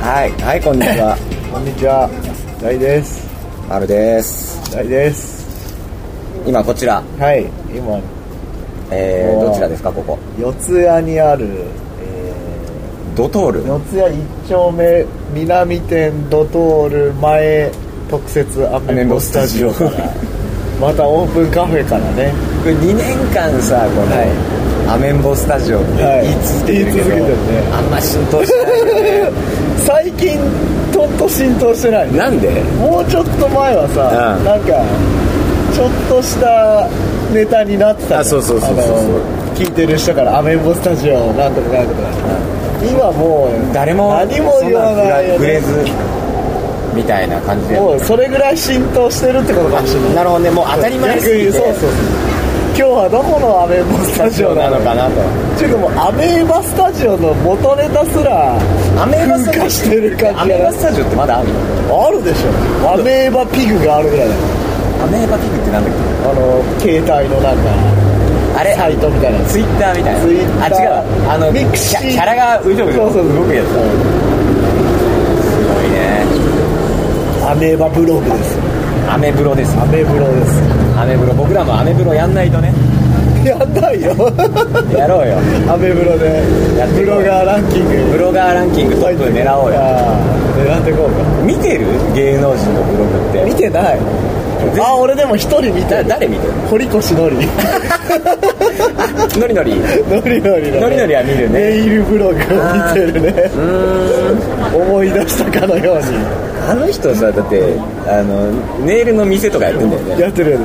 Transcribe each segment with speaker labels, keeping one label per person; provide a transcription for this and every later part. Speaker 1: はい、はい、こんにち は。
Speaker 2: こんにちは、大です。
Speaker 1: 丸です。
Speaker 2: 大です。
Speaker 1: 今こちら、
Speaker 2: はい、今、
Speaker 1: えー、
Speaker 2: おー
Speaker 1: どちらですか、ここ。
Speaker 2: 四谷にある、
Speaker 1: ドトー
Speaker 2: えー
Speaker 1: ル。
Speaker 2: 四谷一丁目南店ドトール前特設アメンボスタジオから
Speaker 1: アメンボ、
Speaker 2: またオープンカフェからね、
Speaker 1: これ2年間さ、この、アメンボスタジオって言い続けてるけど、
Speaker 2: はい言い続けてるね
Speaker 1: あんま浸透してないよね。
Speaker 2: 最近、とんと浸透してないね。
Speaker 1: なんで
Speaker 2: もうちょっと前はさ、
Speaker 1: うん
Speaker 2: なんか、ちょっとしたネタになってたの
Speaker 1: あそうそうそうそうそう
Speaker 2: あの聞いてる人から、アメンボスタジオ、なんとかなんとか。今もう、
Speaker 1: 誰も、
Speaker 2: 何も言わないよ
Speaker 1: フレ
Speaker 2: ね
Speaker 1: ー。ズ、みたいな感じで。
Speaker 2: もうそれぐらい浸透してるってことかもしれない
Speaker 1: なるほどね、もう当たり前す
Speaker 2: 逆
Speaker 1: ぎ
Speaker 2: に
Speaker 1: て
Speaker 2: そうそう今日はどこのアメーバス
Speaker 1: ス
Speaker 2: タ
Speaker 1: タジ
Speaker 2: ジ
Speaker 1: オ
Speaker 2: オ
Speaker 1: なの
Speaker 2: なのか
Speaker 1: かなと。
Speaker 2: ちょっともうアメーバスタジオの元ネタすら
Speaker 1: アメーバス
Speaker 2: 風化してる感じが
Speaker 1: アメーバスタジオってまだあるの
Speaker 2: あるでしょアメーバピグがあるぐらいだよ
Speaker 1: アメーバピグってなんだっけ
Speaker 2: あの携帯のなんか
Speaker 1: あれ
Speaker 2: サイトみたいなやつ
Speaker 1: ツイッターみたいな
Speaker 2: ツイッター
Speaker 1: あ違うあの
Speaker 2: ミクシー
Speaker 1: キャキャラがうじょうじょ
Speaker 2: そうそう
Speaker 1: 動くやつすごいね
Speaker 2: アメーバブログです
Speaker 1: アメブロです
Speaker 2: アメブロです
Speaker 1: アメブロ僕らもアメブロやんないとね
Speaker 2: やんないよ
Speaker 1: やろうよ
Speaker 2: アメブロで
Speaker 1: やってこう
Speaker 2: ブロガーランキング
Speaker 1: ブロガーランキングトップ狙おうよ
Speaker 2: あー狙ってこうか
Speaker 1: 見てる芸能人のブログって
Speaker 2: 見てない
Speaker 1: 全
Speaker 2: あ俺でも一人見た
Speaker 1: だ
Speaker 2: い
Speaker 1: 誰見てる
Speaker 2: 堀 越のり
Speaker 1: のりのり
Speaker 2: ノリノリのね
Speaker 1: ノリノリは見るね
Speaker 2: ネイルブログを見てるね
Speaker 1: うーん
Speaker 2: 思い出したかのように
Speaker 1: あの人さだってあのネイルの店とかやってんだよね
Speaker 2: やってるよね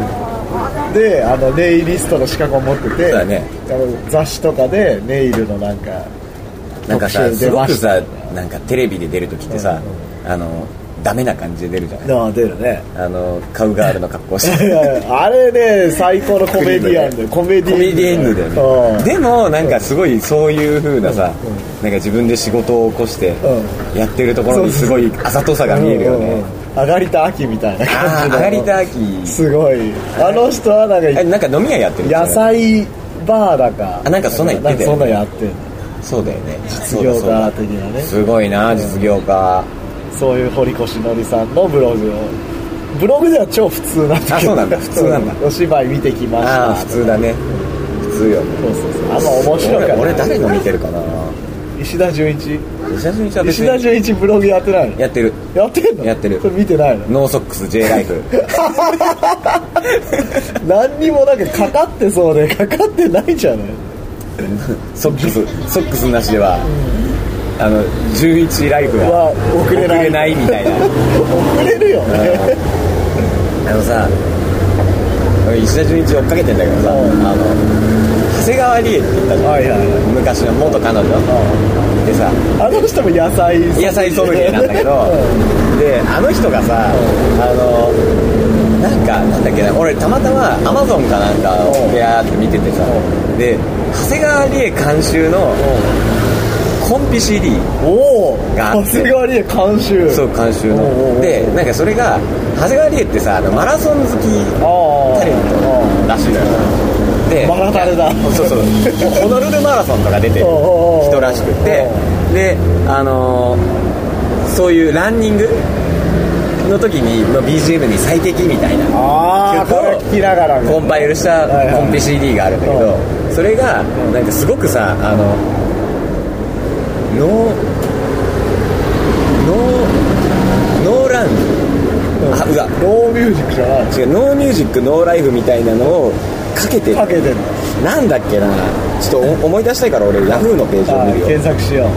Speaker 2: であのネイリストの資格を持ってて
Speaker 1: うだね
Speaker 2: あの雑誌とかでネイルのなんか
Speaker 1: なんかさ
Speaker 2: 特集
Speaker 1: す
Speaker 2: 出
Speaker 1: ご
Speaker 2: ま
Speaker 1: く
Speaker 2: した
Speaker 1: さなんかテレビで出るときってさ、あのダメな感じで出るじゃない
Speaker 2: なあ出るね
Speaker 1: あのカウガールの格好して
Speaker 2: あれね最高のコメディアンでコメディ
Speaker 1: コメディエンヌだよねでもなんかすごいそういう風なさ
Speaker 2: うんうん
Speaker 1: なんか自分で仕事を起こして
Speaker 2: う
Speaker 1: やってるところにすごいあざとさが見えるよね
Speaker 2: 上がりた秋みたいな
Speaker 1: あ
Speaker 2: 感
Speaker 1: あ
Speaker 2: じ
Speaker 1: 上がりた
Speaker 2: 秋
Speaker 1: 秋
Speaker 2: すごいあの人はなん
Speaker 1: え
Speaker 2: か
Speaker 1: なんか飲み屋やってるんだよ
Speaker 2: 野
Speaker 1: ね
Speaker 2: 菜バーだか
Speaker 1: あなんかそんなん言ってたよね
Speaker 2: んかそんなんやってんの
Speaker 1: そうだよね実
Speaker 2: 業家的なね
Speaker 1: すごいな実業家
Speaker 2: そういう堀越のりさんのブログをブログでは超普通なんだけど
Speaker 1: あそうなんだ普通なんだ
Speaker 2: うお芝居見てきまし
Speaker 1: あ
Speaker 2: た
Speaker 1: あ普通だね普通よ
Speaker 2: そうそうそうあんま面白いから
Speaker 1: 俺俺誰の見てるかな
Speaker 2: 石田純一
Speaker 1: 石田純一は別
Speaker 2: 石田
Speaker 1: に
Speaker 2: 純一ブログやってないの
Speaker 1: やってる
Speaker 2: やってんの
Speaker 1: やってる
Speaker 2: それ見 てないの
Speaker 1: ノーソックス J ライフ
Speaker 2: 何にもなんかかかってそうでかかってないじゃない
Speaker 1: ソックスソックスなしではあの11ライフは
Speaker 2: は遅れない
Speaker 1: みたいな
Speaker 2: 遅れるよね
Speaker 1: あのさ石田純一追っかけてんだけどさ、
Speaker 2: うん
Speaker 1: あの長谷川理恵って言ったじゃん、
Speaker 2: はいはいは
Speaker 1: 昔の元彼女でさ
Speaker 2: あの人も野菜
Speaker 1: 野菜ソムリエなんだけど
Speaker 2: うん
Speaker 1: であの人がさあのなんかなんだっけな俺たまたまアマゾンかなんかを
Speaker 2: うん
Speaker 1: ビャーって見ててさで長谷川理恵監修のコンピ CD
Speaker 2: おお
Speaker 1: があって
Speaker 2: 長谷川理恵監修
Speaker 1: そう監修の
Speaker 2: おうおうおう
Speaker 1: でなんかそれが長谷川理恵ってさあのマラソン好き
Speaker 2: ああ
Speaker 1: タレントらしいのよで
Speaker 2: マラタレだ
Speaker 1: そうそうホノルルマラソンとか出てる
Speaker 2: おうおうおう
Speaker 1: 人らしくてであのーそういうランニングの時に、まあ、BGM に最適みたいな
Speaker 2: ああこれ聞きながら
Speaker 1: コンパイルした
Speaker 2: はいはい
Speaker 1: コンペ CD があるんだけどそれがなんかすごくさあのノーノーノーランあうわ
Speaker 2: ノーミュージックじゃない
Speaker 1: 違うノーミュージックノーライフみたいなのをかけてる
Speaker 2: かけてるの
Speaker 1: なんだっけなちょっとお思い出したいから俺ヤフーのページを見るよ
Speaker 2: 検索しよう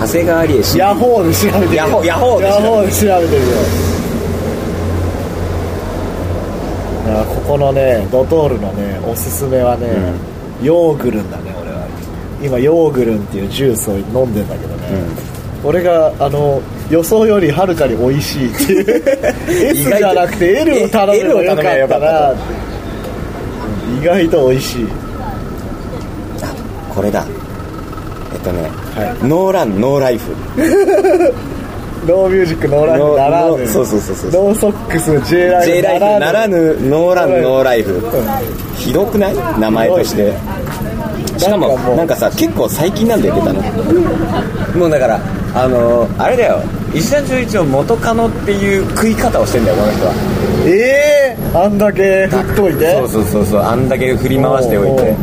Speaker 1: 長谷川理恵 CD
Speaker 2: ヤホーで調べてみよう
Speaker 1: ヤホーヤホーで調べて
Speaker 2: ヤホーで調べてみようあここのねドトールのねおすすめはね、ヨーグルンだね俺は今ヨーグルンっていうジュースを飲んでんだけどね、俺があの予想よりはるかに美味しいっていう
Speaker 1: 意
Speaker 2: S
Speaker 1: 外と
Speaker 2: じゃなくて L を頼めばよか
Speaker 1: え L を頼め
Speaker 2: っ
Speaker 1: ば
Speaker 2: た
Speaker 1: よか
Speaker 2: なってうん意外と美味しい
Speaker 1: あこれだえっとね、
Speaker 2: は
Speaker 1: ノーランノーライフ
Speaker 2: ノーミュージックノーライフなら
Speaker 1: ノーノー
Speaker 2: ぬ
Speaker 1: そうそうそうそう
Speaker 2: ノーソックス J ライ
Speaker 1: J
Speaker 2: フ
Speaker 1: ライフならぬノーランノーライフ
Speaker 2: う
Speaker 1: ひどくない名前としてしかも
Speaker 2: なんかもう
Speaker 1: なんかさ結構最近なんだよ出たのもうだからあのーあれだよ石田純一を元カノっていう食い方をしてんだよこの人は
Speaker 2: ええー、あんだけ振っといて
Speaker 1: そうそうそうそうあんだけ振り回しておいて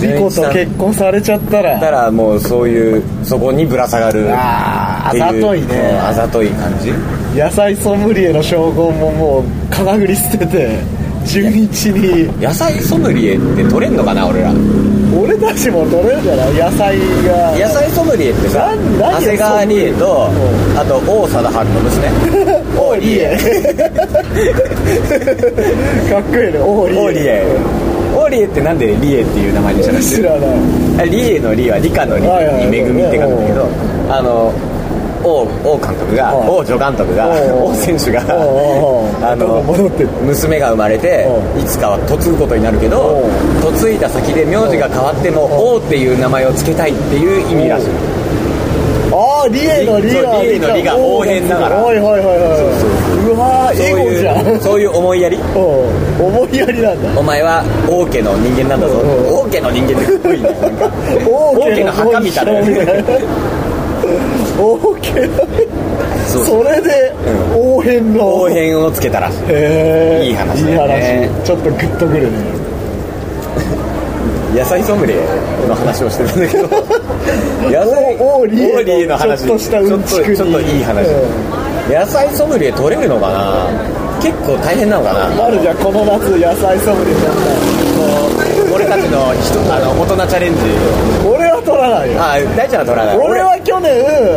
Speaker 2: リコと結婚されちゃった
Speaker 1: だかららもうそういうそこにぶら下がるっていう
Speaker 2: あーあざといね
Speaker 1: うんあざとい感じ
Speaker 2: 野菜ソムリエの称号ももうからぐり捨てて純一に
Speaker 1: 野菜ソムリエって取れんのかな俺ら野
Speaker 2: 俺たちも取れるから野菜が
Speaker 1: 菜ソムリエってさ
Speaker 2: なん
Speaker 1: 長
Speaker 2: 何
Speaker 1: 谷川理恵と
Speaker 2: うん
Speaker 1: あと王貞治の娘 王理恵
Speaker 2: かっこいいねオーリエ
Speaker 1: 王理恵王理恵ってなんで理恵っていう名前にしたか
Speaker 2: 知らない
Speaker 1: って理恵の理は理科の理
Speaker 2: はいはい
Speaker 1: に恵みって書くんだけど
Speaker 2: う
Speaker 1: あの王王監督が
Speaker 2: はい
Speaker 1: 王助監督が
Speaker 2: うん
Speaker 1: 王選手が
Speaker 2: うんうん
Speaker 1: あの
Speaker 2: 戻ってる
Speaker 1: 娘が生まれて
Speaker 2: う
Speaker 1: いつかは嫁ぐことになるけど
Speaker 2: う
Speaker 1: 嫁いだ先で名字が変わっても王っていう名前を付けたいっていう意味らしい
Speaker 2: ああリエのリ
Speaker 1: そ
Speaker 2: が
Speaker 1: うリエのリが応変だから
Speaker 2: はいはいはいはいそうわー
Speaker 1: そう
Speaker 2: エゴじゃん
Speaker 1: いうそういう思いやり
Speaker 2: うん思いやりなんだ
Speaker 1: お前は王家の人間なんだぞ
Speaker 2: うん
Speaker 1: 王家の人間ってかっこいいねなんか
Speaker 2: 王
Speaker 1: 王家の墓みたいな
Speaker 2: 王家の
Speaker 1: そう
Speaker 2: それで応変の
Speaker 1: 応変をつけたらしい
Speaker 2: へえ
Speaker 1: いい話だよね
Speaker 2: いい話ちょっとグッとくるね
Speaker 1: 野菜ソムリエの話をしてるんだけど 野菜
Speaker 2: オーリエの
Speaker 1: オの話
Speaker 2: ちょっとしたうんちくに
Speaker 1: ちょっとちょっといい話、野菜ソムリエ取れるのかな結構大変なのかな
Speaker 2: まるじゃあこの夏野菜ソムリエ取った
Speaker 1: 俺たちの人あの大人チャレンジ
Speaker 2: 俺は取らないよ
Speaker 1: あ大ちゃんは取らない
Speaker 2: 俺は去年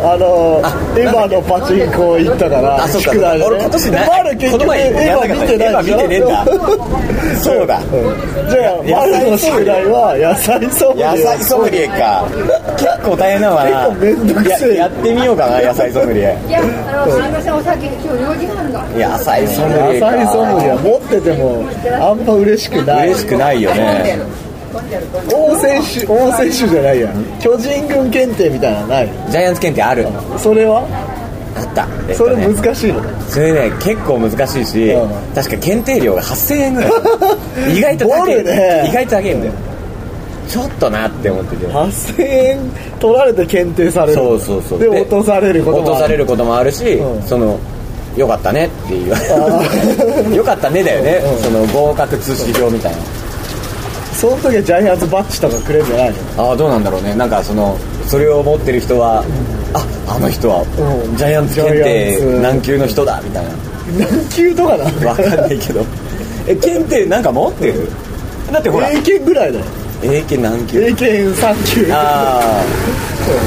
Speaker 2: あの
Speaker 1: あ
Speaker 2: エヴァのパチンコ行ったから
Speaker 1: あそうか
Speaker 2: 宿題でね
Speaker 1: 俺今年ない
Speaker 2: マル結
Speaker 1: この
Speaker 2: 局
Speaker 1: 前
Speaker 2: エ
Speaker 1: や
Speaker 2: ヴ
Speaker 1: らなかっ
Speaker 2: ァ見
Speaker 1: た
Speaker 2: てない
Speaker 1: エヴ
Speaker 2: でしょ
Speaker 1: ァ見てねえんだそうだ
Speaker 2: うんじゃあ
Speaker 1: 野
Speaker 2: マルの宿題は野菜ソムリエ
Speaker 1: 野菜ソムリエか結構大変なのかな
Speaker 2: 結構めんどくせえ
Speaker 1: ややってみようかな野菜ソムリエ
Speaker 3: いや、あの、すみません、お酒、今日用事があるの。
Speaker 1: 野菜ソムリ
Speaker 2: 野
Speaker 1: エか
Speaker 2: 菜ソムリエは持っててもあんま嬉しくない
Speaker 1: 嬉しくないよね
Speaker 2: 王選手王選手じゃないや巨人軍検定みたいなのない
Speaker 1: ジャイアンツ検定ある
Speaker 2: それは
Speaker 1: あった、えっ
Speaker 2: そ
Speaker 1: と
Speaker 2: れ
Speaker 1: ね
Speaker 2: 難しいの
Speaker 1: それね結構難しいし、
Speaker 2: うん
Speaker 1: 確か検定料が8000円 ぐらい意外と高
Speaker 2: ボ
Speaker 1: い、
Speaker 2: ルね
Speaker 1: 意外と高いんだよちょっとなって思ってて
Speaker 2: 8000円取られて検定される
Speaker 1: そうそうそう
Speaker 2: で落とされることもあ
Speaker 1: 落とされることもあるし、
Speaker 2: うん
Speaker 1: そのよかったねっていう よかったねだよね、
Speaker 2: うん
Speaker 1: その合格通知表みたいな
Speaker 2: その時はジャイアンツバッジとかくれるんじゃないの
Speaker 1: ああどうなんだろうねなんかそのそれを持ってる人はああの人は
Speaker 2: うん
Speaker 1: ジャイアンツ検
Speaker 2: ジャイアン
Speaker 1: 定
Speaker 2: ツ
Speaker 1: 何級の人だみたいな
Speaker 2: 何級とかな
Speaker 1: わかんないけどえ検定なんか持ってるだってほら
Speaker 2: A 券ぐらいだよ
Speaker 1: 英検何級
Speaker 2: A 券3級
Speaker 1: ああ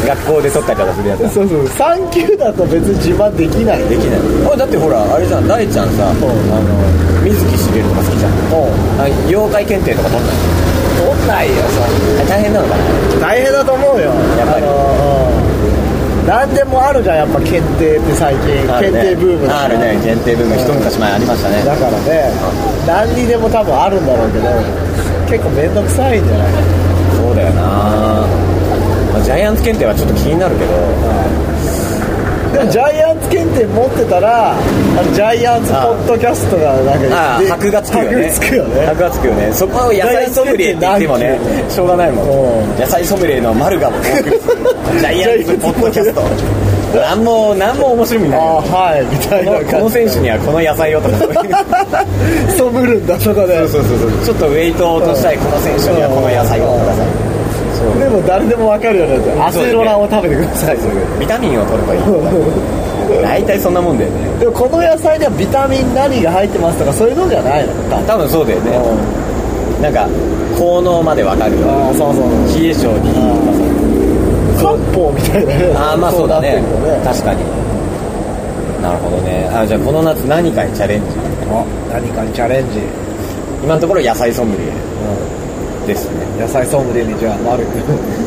Speaker 1: 学校で取ったりとかするやつだ
Speaker 2: そうそう3級だと別に自慢できない
Speaker 1: できないあだってほらあれじゃん大ちゃんさあの水木しげるとか好きじゃんあ妖怪検定とか取んない取んないよそう大変なのかな
Speaker 2: 大変だと思うよ
Speaker 1: やっぱり
Speaker 2: あのうん何でもあるじゃんやっぱ検定って最近、
Speaker 1: ある
Speaker 2: 検
Speaker 1: ね
Speaker 2: 定ブームだ
Speaker 1: あるね検定ブーム一昔前ありましたね
Speaker 2: だからね何にでも多分あるんだろうけど結構面倒くさいんじゃない
Speaker 1: そうだよな、まあジャイアンツ検定はちょっと気になるけど
Speaker 2: でもジャイアンツ検定持ってたらあのジャイアンツポッドキャストがなんか
Speaker 1: ああ箔がつくよね
Speaker 2: 箔つくよね
Speaker 1: 箔がつくよねそこを野菜ソムリエって言ってもねしょうがないもん
Speaker 2: うん
Speaker 1: 野菜ソムリエの丸がお送りする ジャイアンツポッドキャ スト何も何も面白み
Speaker 2: あ
Speaker 1: ない
Speaker 2: あ
Speaker 1: よ
Speaker 2: はいみたい
Speaker 1: この
Speaker 2: な感じ
Speaker 1: この選手にはこの野菜をとかそういう
Speaker 2: そむるんだとかで
Speaker 1: そうそうそうちょっとウェイトを落としたいこの選手にはこの野菜をとかさ
Speaker 2: でも誰でも分かるようになってアセロラを食べてください
Speaker 1: ビタミンを取ればいい大体そんなもんだよね
Speaker 2: でもこの野菜にはビタミン何が入ってますとかそういうのじゃないの多分
Speaker 1: 多分そうだよねなんか効能までわかるよ
Speaker 2: ああそうそう
Speaker 1: 冷え性にいいとかさ
Speaker 2: 漢方みたいなね
Speaker 1: ああまあそうだね
Speaker 2: なってるよね
Speaker 1: 確かになるほどねあじゃあこの夏何かにチャレンジ
Speaker 2: あ何かにチャレンジ
Speaker 1: 今のところ野菜ソムリエですね
Speaker 2: 野菜ソムリエにじゃあなる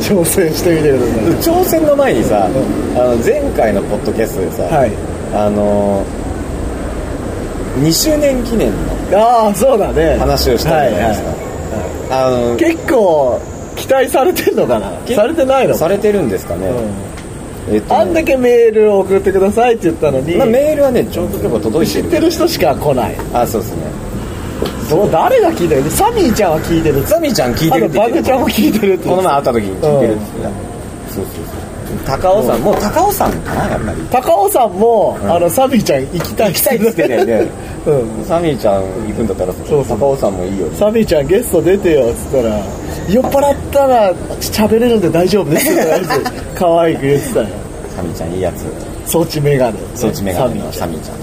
Speaker 2: 挑戦してみてください
Speaker 1: 挑戦の前にさあの前回のポッドキャストでさ、
Speaker 2: はい
Speaker 1: あの2周年記念の
Speaker 2: ああそうだね
Speaker 1: 話をしたじゃないですか、あの
Speaker 2: 結構期待されてんのかなされてないの
Speaker 1: されてるんですかね、
Speaker 2: うん
Speaker 1: えっとね
Speaker 2: あんだけメールを送ってくださいって言ったのに、
Speaker 1: まあ、メールはねちょうど結構届いて
Speaker 2: 知
Speaker 1: る
Speaker 2: ってる人しか来ない
Speaker 1: あそうですね
Speaker 2: そう誰が聞いてるサミーちゃんは聞いてる
Speaker 1: ザミちゃん聞い
Speaker 2: あ
Speaker 1: てるって言
Speaker 2: と
Speaker 1: っ
Speaker 2: バ
Speaker 1: て
Speaker 2: グ
Speaker 1: る
Speaker 2: ちゃんも聞いてるって
Speaker 1: この前会った時に聞いてるって言ってた、そうそうそう高尾山もう高尾山かなやっぱり
Speaker 2: 高尾さんも、あのサミーちゃん行きたい行き
Speaker 1: たいっつってたよね
Speaker 2: うん
Speaker 1: サミーちゃん行くんだったら
Speaker 2: そうそう
Speaker 1: 高尾山もいいよ
Speaker 2: サミーちゃんゲスト出てよっつったら酔っ払ったら喋れるんで大丈夫ですって言われて可愛く言ってたよ
Speaker 1: サミーちゃんいいやつ
Speaker 2: 装置メガネ
Speaker 1: そっちメガネの
Speaker 2: サ
Speaker 1: サ
Speaker 2: ミー
Speaker 1: ミーちゃん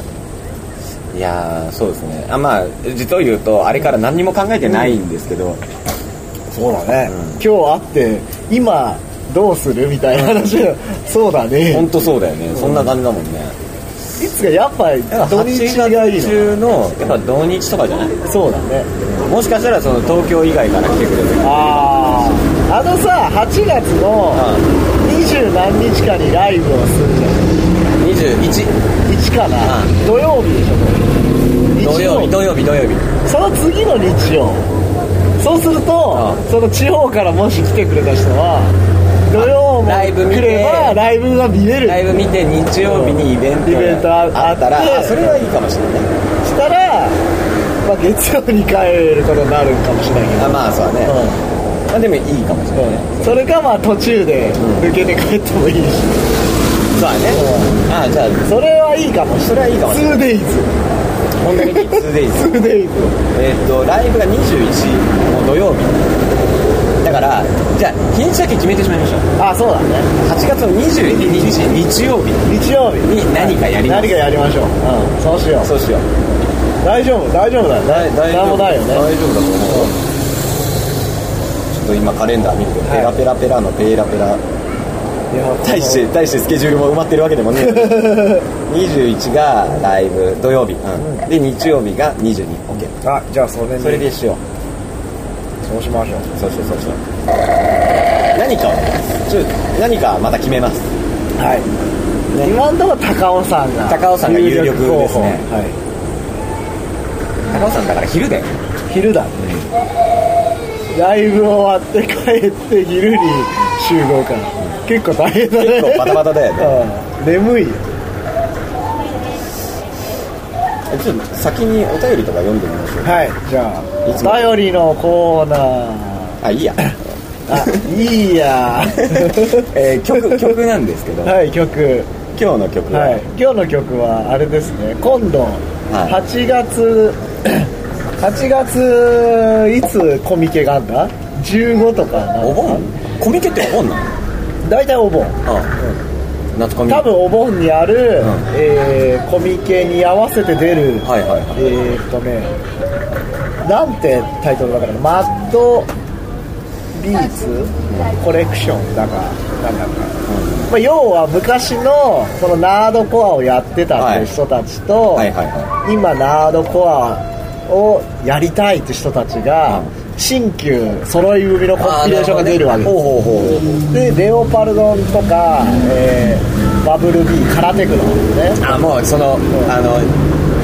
Speaker 1: いやーそうですねあまあ実を言うとあれから何にも考えてないんですけど、
Speaker 2: そうだね、今日会って今どうするみたいな話がそうだ
Speaker 1: ほ
Speaker 2: ね
Speaker 1: んとそうだよね、そんな感じだもんね
Speaker 2: いつかやっぱ
Speaker 1: 土
Speaker 2: 土日
Speaker 1: 日
Speaker 2: が
Speaker 1: が
Speaker 2: いいの
Speaker 1: 中のやっぱ土日とかじゃない
Speaker 2: そうだね
Speaker 1: もしかしたらその東京以外から来てくれる
Speaker 2: あああのさ8月の二十何日かにライブをするじゃん
Speaker 1: 21
Speaker 2: 1かな、
Speaker 1: うん
Speaker 2: 土曜日でしょ
Speaker 1: 土
Speaker 2: これ
Speaker 1: 曜日土曜日土曜日
Speaker 2: その次の日曜そうする
Speaker 1: う
Speaker 2: と、その地方からもし来てくれた人は土曜も
Speaker 1: ライブ見
Speaker 2: 来
Speaker 1: て
Speaker 2: ればライブが見れる
Speaker 1: ライブ見て日曜日にイベント
Speaker 2: イベントあ
Speaker 1: あった
Speaker 2: あって
Speaker 1: らあそれはいいかもしれない
Speaker 2: したら、まあ、月曜に帰ることになるかもしれないけど
Speaker 1: あまあそうだね、まあ、でもいいかもしれないね、
Speaker 2: うんそれかまあ途中で抜けて帰ってもいいし、
Speaker 1: そうだね、ああじゃあ
Speaker 2: それはいいかもし
Speaker 1: それはいいかもしれない
Speaker 2: れない 2days
Speaker 1: 本当に 2days
Speaker 2: 2days
Speaker 1: えっとライブが21の土曜日だからじゃあ日にちだけ決めてしまいましょう
Speaker 2: あそうだね
Speaker 1: 8月の22日日曜日
Speaker 2: 日曜日
Speaker 1: に何かやります
Speaker 2: 何かやりましょう、うん、そうしよう
Speaker 1: そうしよう
Speaker 2: 大丈夫大丈夫だよ
Speaker 1: だ大
Speaker 2: 何
Speaker 1: 丈
Speaker 2: も
Speaker 1: 夫
Speaker 2: ないよね
Speaker 1: 大丈夫だと思うちょっと今カレンダー見るけど、
Speaker 2: はい
Speaker 1: ペラペラペラのペラペラ
Speaker 2: いや
Speaker 1: 大して大してスケジュールも埋まってるわけでもね 21がライブ土曜日、うんで日曜日が 22OK
Speaker 2: あじゃあそれに
Speaker 1: それでしよ
Speaker 2: そうしましょう
Speaker 1: うそうしようそうしよう何かをちょ何かまた決めます
Speaker 2: はい、今のところ高尾さんが
Speaker 1: 高尾山が有力
Speaker 2: 候補
Speaker 1: ですね
Speaker 2: は
Speaker 1: 高尾さんだから昼だよ
Speaker 2: い、昼だね、ライブ終わって帰って昼に集合か結構大変だね
Speaker 1: 結構バタバタだ よね
Speaker 2: うん眠いよ
Speaker 1: えちょっと先にお便りとか読んでみましょう
Speaker 2: はいじゃ
Speaker 1: いつも
Speaker 2: あお便りのコーナー
Speaker 1: あい いや
Speaker 2: あいい や
Speaker 1: えー曲曲なんですけど
Speaker 2: はい曲
Speaker 1: 今日の曲は、
Speaker 2: はい、今日の曲はあれですね今度、
Speaker 1: は
Speaker 2: 8月 8月いつコミケがあんだ15とかな
Speaker 1: お盆コミケってお盆なの
Speaker 2: 大体お盆
Speaker 1: あ夏コミ
Speaker 2: 多分お盆にある、えーコミケに合わせて出る、
Speaker 1: はいはいはい
Speaker 2: えーっとねなんてタイトルだからマッドビーツコレクションだかなんだか、まあ、要は昔のそのナードコアをやってたっていう人たちと、
Speaker 1: はいはいは
Speaker 2: 今ナードコアをやりたいって人たちが、
Speaker 1: うん
Speaker 2: 新旧揃い踏みのコンピレーションが出るわけです
Speaker 1: ほうほうほうほう
Speaker 2: でレオパルドンとか、えーバブルビーカラテクノね
Speaker 1: あもうそのあの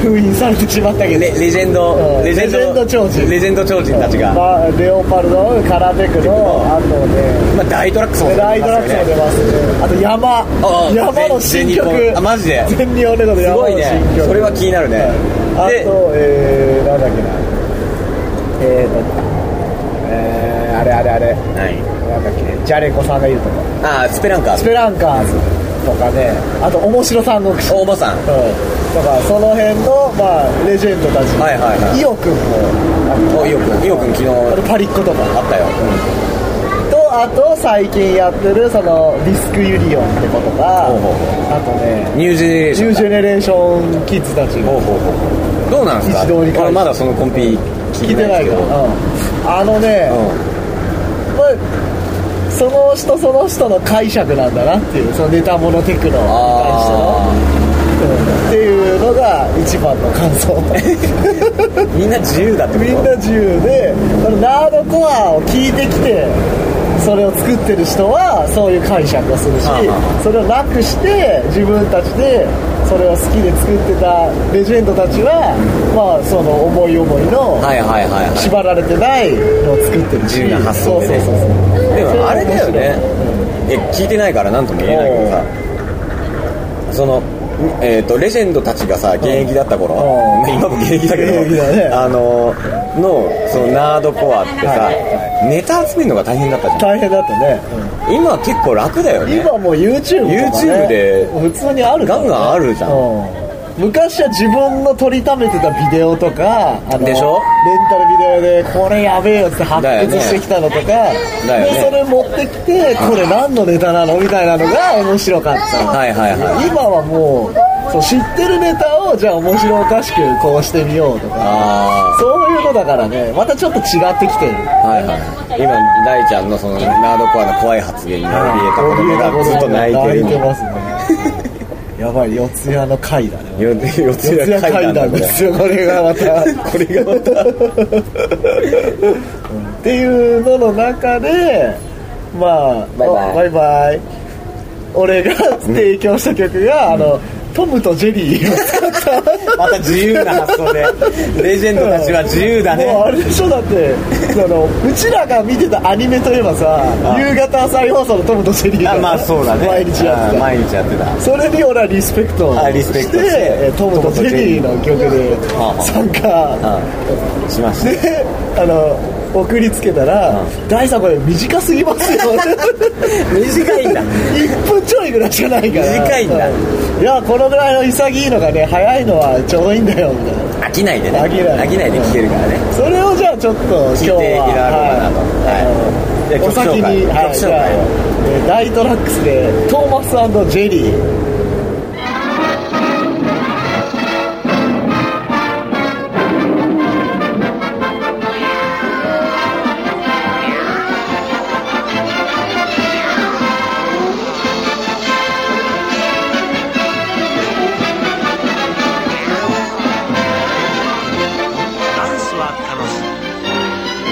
Speaker 2: 封印されてしまったけ
Speaker 1: レ
Speaker 2: ど
Speaker 1: レジェンド、
Speaker 2: うん
Speaker 1: レジェンド
Speaker 2: レジェンド超人
Speaker 1: レジェンド超人たちが、ま
Speaker 2: まあレオパルドンカラテクノあとね
Speaker 1: あ、大トラックスも出てま
Speaker 2: ラ
Speaker 1: すよ
Speaker 2: イトラックスも出
Speaker 1: ね
Speaker 2: ますねあと山
Speaker 1: ああ
Speaker 2: 山の
Speaker 1: 全
Speaker 2: 新曲
Speaker 1: 全日本あマジで
Speaker 2: 全日本レコ
Speaker 1: す
Speaker 2: ード
Speaker 1: ご
Speaker 2: 山
Speaker 1: い
Speaker 2: の
Speaker 1: ね
Speaker 2: 新曲
Speaker 1: それは気になるね
Speaker 2: あ
Speaker 1: で
Speaker 2: とえー、なんだっけなえー、とえー、あれあれあれ
Speaker 1: はい
Speaker 2: なんだっけジャレコさんがいるとか
Speaker 1: あスペランカー
Speaker 2: スペランカーズとかねあと面白三国志
Speaker 1: 大場さん
Speaker 2: うんだからその辺の、まあ、レジェンドたち、
Speaker 1: はいはいはい
Speaker 2: イオくんも
Speaker 1: おイオくんイオくん昨日
Speaker 2: あとパリッコと
Speaker 1: あ
Speaker 2: か
Speaker 1: ったよ
Speaker 2: とあと最近やってるそのディスクユニオンってことが
Speaker 1: ほうほう
Speaker 2: あとね
Speaker 1: ニュージェネレーシ
Speaker 2: ニ
Speaker 1: ョ
Speaker 2: ュー
Speaker 1: ン
Speaker 2: ジェネレーションキッズたち
Speaker 1: ほうほうほうどうなんですか
Speaker 2: 一堂に会して
Speaker 1: 俺まだそのコンピ聞い
Speaker 2: 聞い
Speaker 1: て
Speaker 2: て
Speaker 1: な
Speaker 2: ないい
Speaker 1: です
Speaker 2: けど、
Speaker 1: け
Speaker 2: う
Speaker 1: ど
Speaker 2: ん、あのね、
Speaker 1: う
Speaker 2: まあその人その人の解釈なんだなっていうそのネタモノテクノに関しての、
Speaker 1: あ
Speaker 2: うんっていうのが一番の感想
Speaker 1: ーみんな自由だってこ
Speaker 2: みんな自由でそのナードコアを聞いてきてそれを作ってる人はそういう解釈をするし
Speaker 1: ああ
Speaker 2: それをなくして自分たちでそれを好きで作ってたレジェンドたちはまあその思い思い
Speaker 1: と
Speaker 2: の
Speaker 1: はいはいはいはい
Speaker 2: 縛られてないのを作ってるし
Speaker 1: 自由な発想でね
Speaker 2: そうそうそうそう
Speaker 1: でもあれだよ
Speaker 2: それが面白い
Speaker 1: ねえ聞いてないから何とも言えないけどさそのえー、とレジェンドたちがさ現役だった頃、
Speaker 2: うん
Speaker 1: まあ今も現役だけど
Speaker 2: 現役だね
Speaker 1: あののそのナードコアってさ、
Speaker 2: はい
Speaker 1: ネタ集めるのが大変だったじゃ
Speaker 2: 大変だったね、
Speaker 1: ん今結構楽だよね
Speaker 2: 今もう YouTube とか、ね、
Speaker 1: YouTube で
Speaker 2: 普通にあるから、ね、
Speaker 1: ガンガンあるじゃん
Speaker 2: うん昔は自分の撮りためてたビデオとかあの
Speaker 1: でしょ
Speaker 2: レンタルビデオでこれやべえよって発
Speaker 1: だよね
Speaker 2: 掘してきたのとか、
Speaker 1: だよね
Speaker 2: でそれ持ってきてこれ何のネタなのみたいなのが面白かった、
Speaker 1: はいはいはい
Speaker 2: 今はもうそう知ってるネタをじゃあ面白おかしくこうしてみようとか
Speaker 1: あ
Speaker 2: そういうのだからねまたちょっと違ってきてる
Speaker 1: あはいはい今大ちゃんのそのナードコアの怖い発言に怯えた子供がずっと泣いてる
Speaker 2: 泣いてます ねやばい四谷の回だね
Speaker 1: よ四
Speaker 2: 四
Speaker 1: つ
Speaker 2: 谷
Speaker 1: 谷階
Speaker 2: 階
Speaker 1: 段
Speaker 2: 段ですよこれがまたこれがまたっていうのの中でまあ
Speaker 1: バイバイ
Speaker 2: あバイ俺が提供した曲が、あのトムとジェリーを使った
Speaker 1: また自由な発想でレジェンドたちは自由だ ね
Speaker 2: もうあれでしょだってそのうちらが見てたアニメといえばさ夕方再放送のトムとジェリーが
Speaker 1: あまあそうだね
Speaker 2: 毎日やって
Speaker 1: あ
Speaker 2: た
Speaker 1: 毎日やってた
Speaker 2: それに俺はリスペクトを
Speaker 1: あリスペクトして
Speaker 2: えートムとジェリーの曲で
Speaker 1: ああ
Speaker 2: 参加
Speaker 1: うんしました
Speaker 2: であの送りつけたら「大さんこれ短すぎますよ」
Speaker 1: 短いんだ
Speaker 2: 1分ちょいぐらいしかないから
Speaker 1: 短いんだ
Speaker 2: いやこのぐらいの潔いのがね早いのはちょうどいいんだよみたいな
Speaker 1: 飽きないでね
Speaker 2: 飽きない
Speaker 1: で聞けるからね
Speaker 2: それをじゃあちょっと今日
Speaker 1: 聞い
Speaker 2: は
Speaker 1: ていただこうかなとはい
Speaker 2: はい
Speaker 1: じゃあ
Speaker 2: お先
Speaker 1: 曲紹介
Speaker 2: に、は
Speaker 1: 曲紹
Speaker 2: い、
Speaker 1: 介を
Speaker 2: じゃあえー大トラックスでトーマスジェリー
Speaker 4: ダンスは楽しい。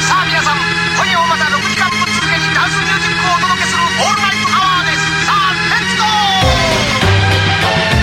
Speaker 5: さあ皆さん今夜もまた6時間ぶっ続けにダンスミュージックをお届けする「オールナイトアワー」ですさあレッツゴー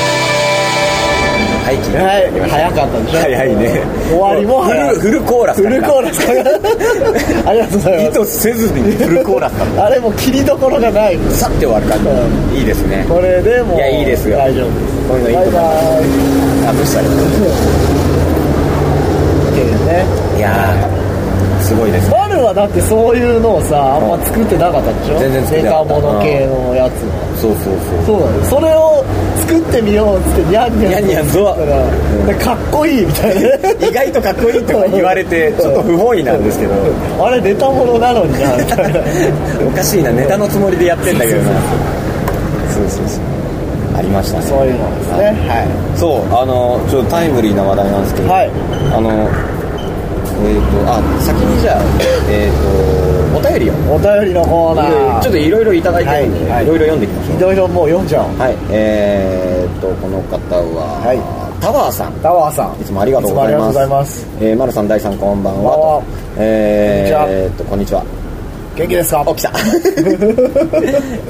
Speaker 1: はい聞いていただきました
Speaker 2: はい早かったでしょ
Speaker 1: 早いね
Speaker 2: 終わりも早い
Speaker 1: フルフルコーラス
Speaker 2: フルコーラスからありがとうござい
Speaker 1: 意
Speaker 2: ます
Speaker 1: 図せずにフルコーラスだっ
Speaker 2: あれもう切りどころがない
Speaker 1: たさって終わる感
Speaker 2: う
Speaker 1: じいいですね
Speaker 2: これでもう
Speaker 1: いやいいですよ
Speaker 2: 大丈夫です
Speaker 1: こういうのいいと思いま
Speaker 2: バイバイ
Speaker 1: あ無視された
Speaker 2: っていうね
Speaker 1: いやーすごいですね
Speaker 2: バルはだってそういうのをさあんま作ってなかったでしょ
Speaker 1: 全然作ってなかった
Speaker 2: ネタもの系のやつは
Speaker 1: そうそうそう
Speaker 2: そうだねそれを作ってみようっつってニャンニャン
Speaker 1: ニャンニャンゾア
Speaker 2: だからでかっこいいみたいな ね
Speaker 1: 意外とかっこいいとか言われてちょっと不本意なんですけど
Speaker 2: あれネタものなのになみた いな
Speaker 1: おかしいなネタのつもりでやってんだけどなそうそうそうありましたね
Speaker 2: そういうのですねは
Speaker 1: そうあのちょっとタイムリーな話題なんですけど、
Speaker 2: はい
Speaker 1: あのえっ、とあ先にじゃあ えっ、とお便りを
Speaker 2: いお便りのコーナー
Speaker 1: ちょっと
Speaker 2: い
Speaker 1: いろいろいただいてるんで、
Speaker 2: はいはい
Speaker 1: いろいろ読んでいきましょ
Speaker 2: ろいろもう読んじゃおう
Speaker 1: うはいえー、っとこの方は、
Speaker 2: はい
Speaker 1: タワーさん
Speaker 2: タワーさん
Speaker 1: いつもありがとうございます
Speaker 2: つもありがとうございます
Speaker 1: えー、まるさん大さんこんばんは
Speaker 2: こんばんは
Speaker 1: とえ
Speaker 2: こんにちは
Speaker 1: ー、えーっとこんにちは
Speaker 2: 元気ですか
Speaker 1: お来た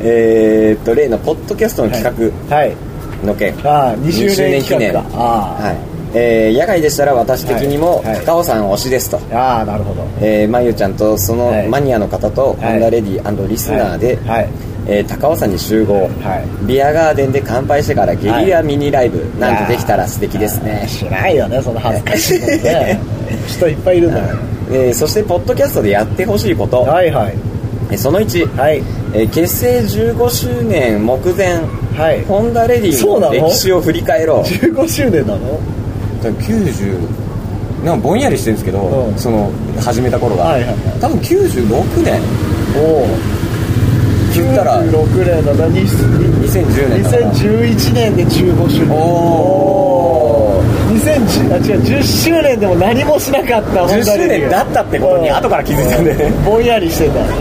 Speaker 1: えーっと例のポッドキャストの企
Speaker 2: はい
Speaker 1: 画の件、
Speaker 2: ああ20年
Speaker 1: 記
Speaker 2: 企
Speaker 1: 念
Speaker 2: 画かあ
Speaker 1: はいえー野外でしたら私的にも、
Speaker 2: はいはい
Speaker 1: 高尾山推しですと、
Speaker 2: あああなるほど
Speaker 1: えー、まゆちゃんとその
Speaker 2: はい
Speaker 1: マニアの方と、
Speaker 2: はい
Speaker 1: ホンダレディリスナーで、
Speaker 2: はいはい
Speaker 1: えー高尾山に集合、
Speaker 2: は
Speaker 1: ビアガーデンで乾杯してからゲリラミニライブ、なんとできたら素敵ですね、
Speaker 2: しないよねその恥ずかしいの ね人いっぱいいるんだよ
Speaker 1: えーそしてポッドキャストでやってほしいこと、
Speaker 2: はいはい
Speaker 1: えーその1、
Speaker 2: はい
Speaker 1: えー結成15周年目前
Speaker 2: はい
Speaker 1: ホンダレディ
Speaker 2: そうな
Speaker 1: の
Speaker 2: の
Speaker 1: 歴史を振り返ろう
Speaker 2: 15周年なの
Speaker 1: 多分90なんかぼんやりしてるんですけど、
Speaker 2: うん
Speaker 1: その始めた頃が、
Speaker 2: はいはいはい
Speaker 1: 多分96年
Speaker 2: おお
Speaker 1: 言ったら
Speaker 2: 96年だな
Speaker 1: 2010年
Speaker 2: 2010
Speaker 1: だから
Speaker 2: 2011年で15周年
Speaker 1: おー
Speaker 2: 2010あ違う10周年でも何もしなかった
Speaker 1: 10周年だったってことに後から気づいたんで
Speaker 2: でぼんやりしてたんですね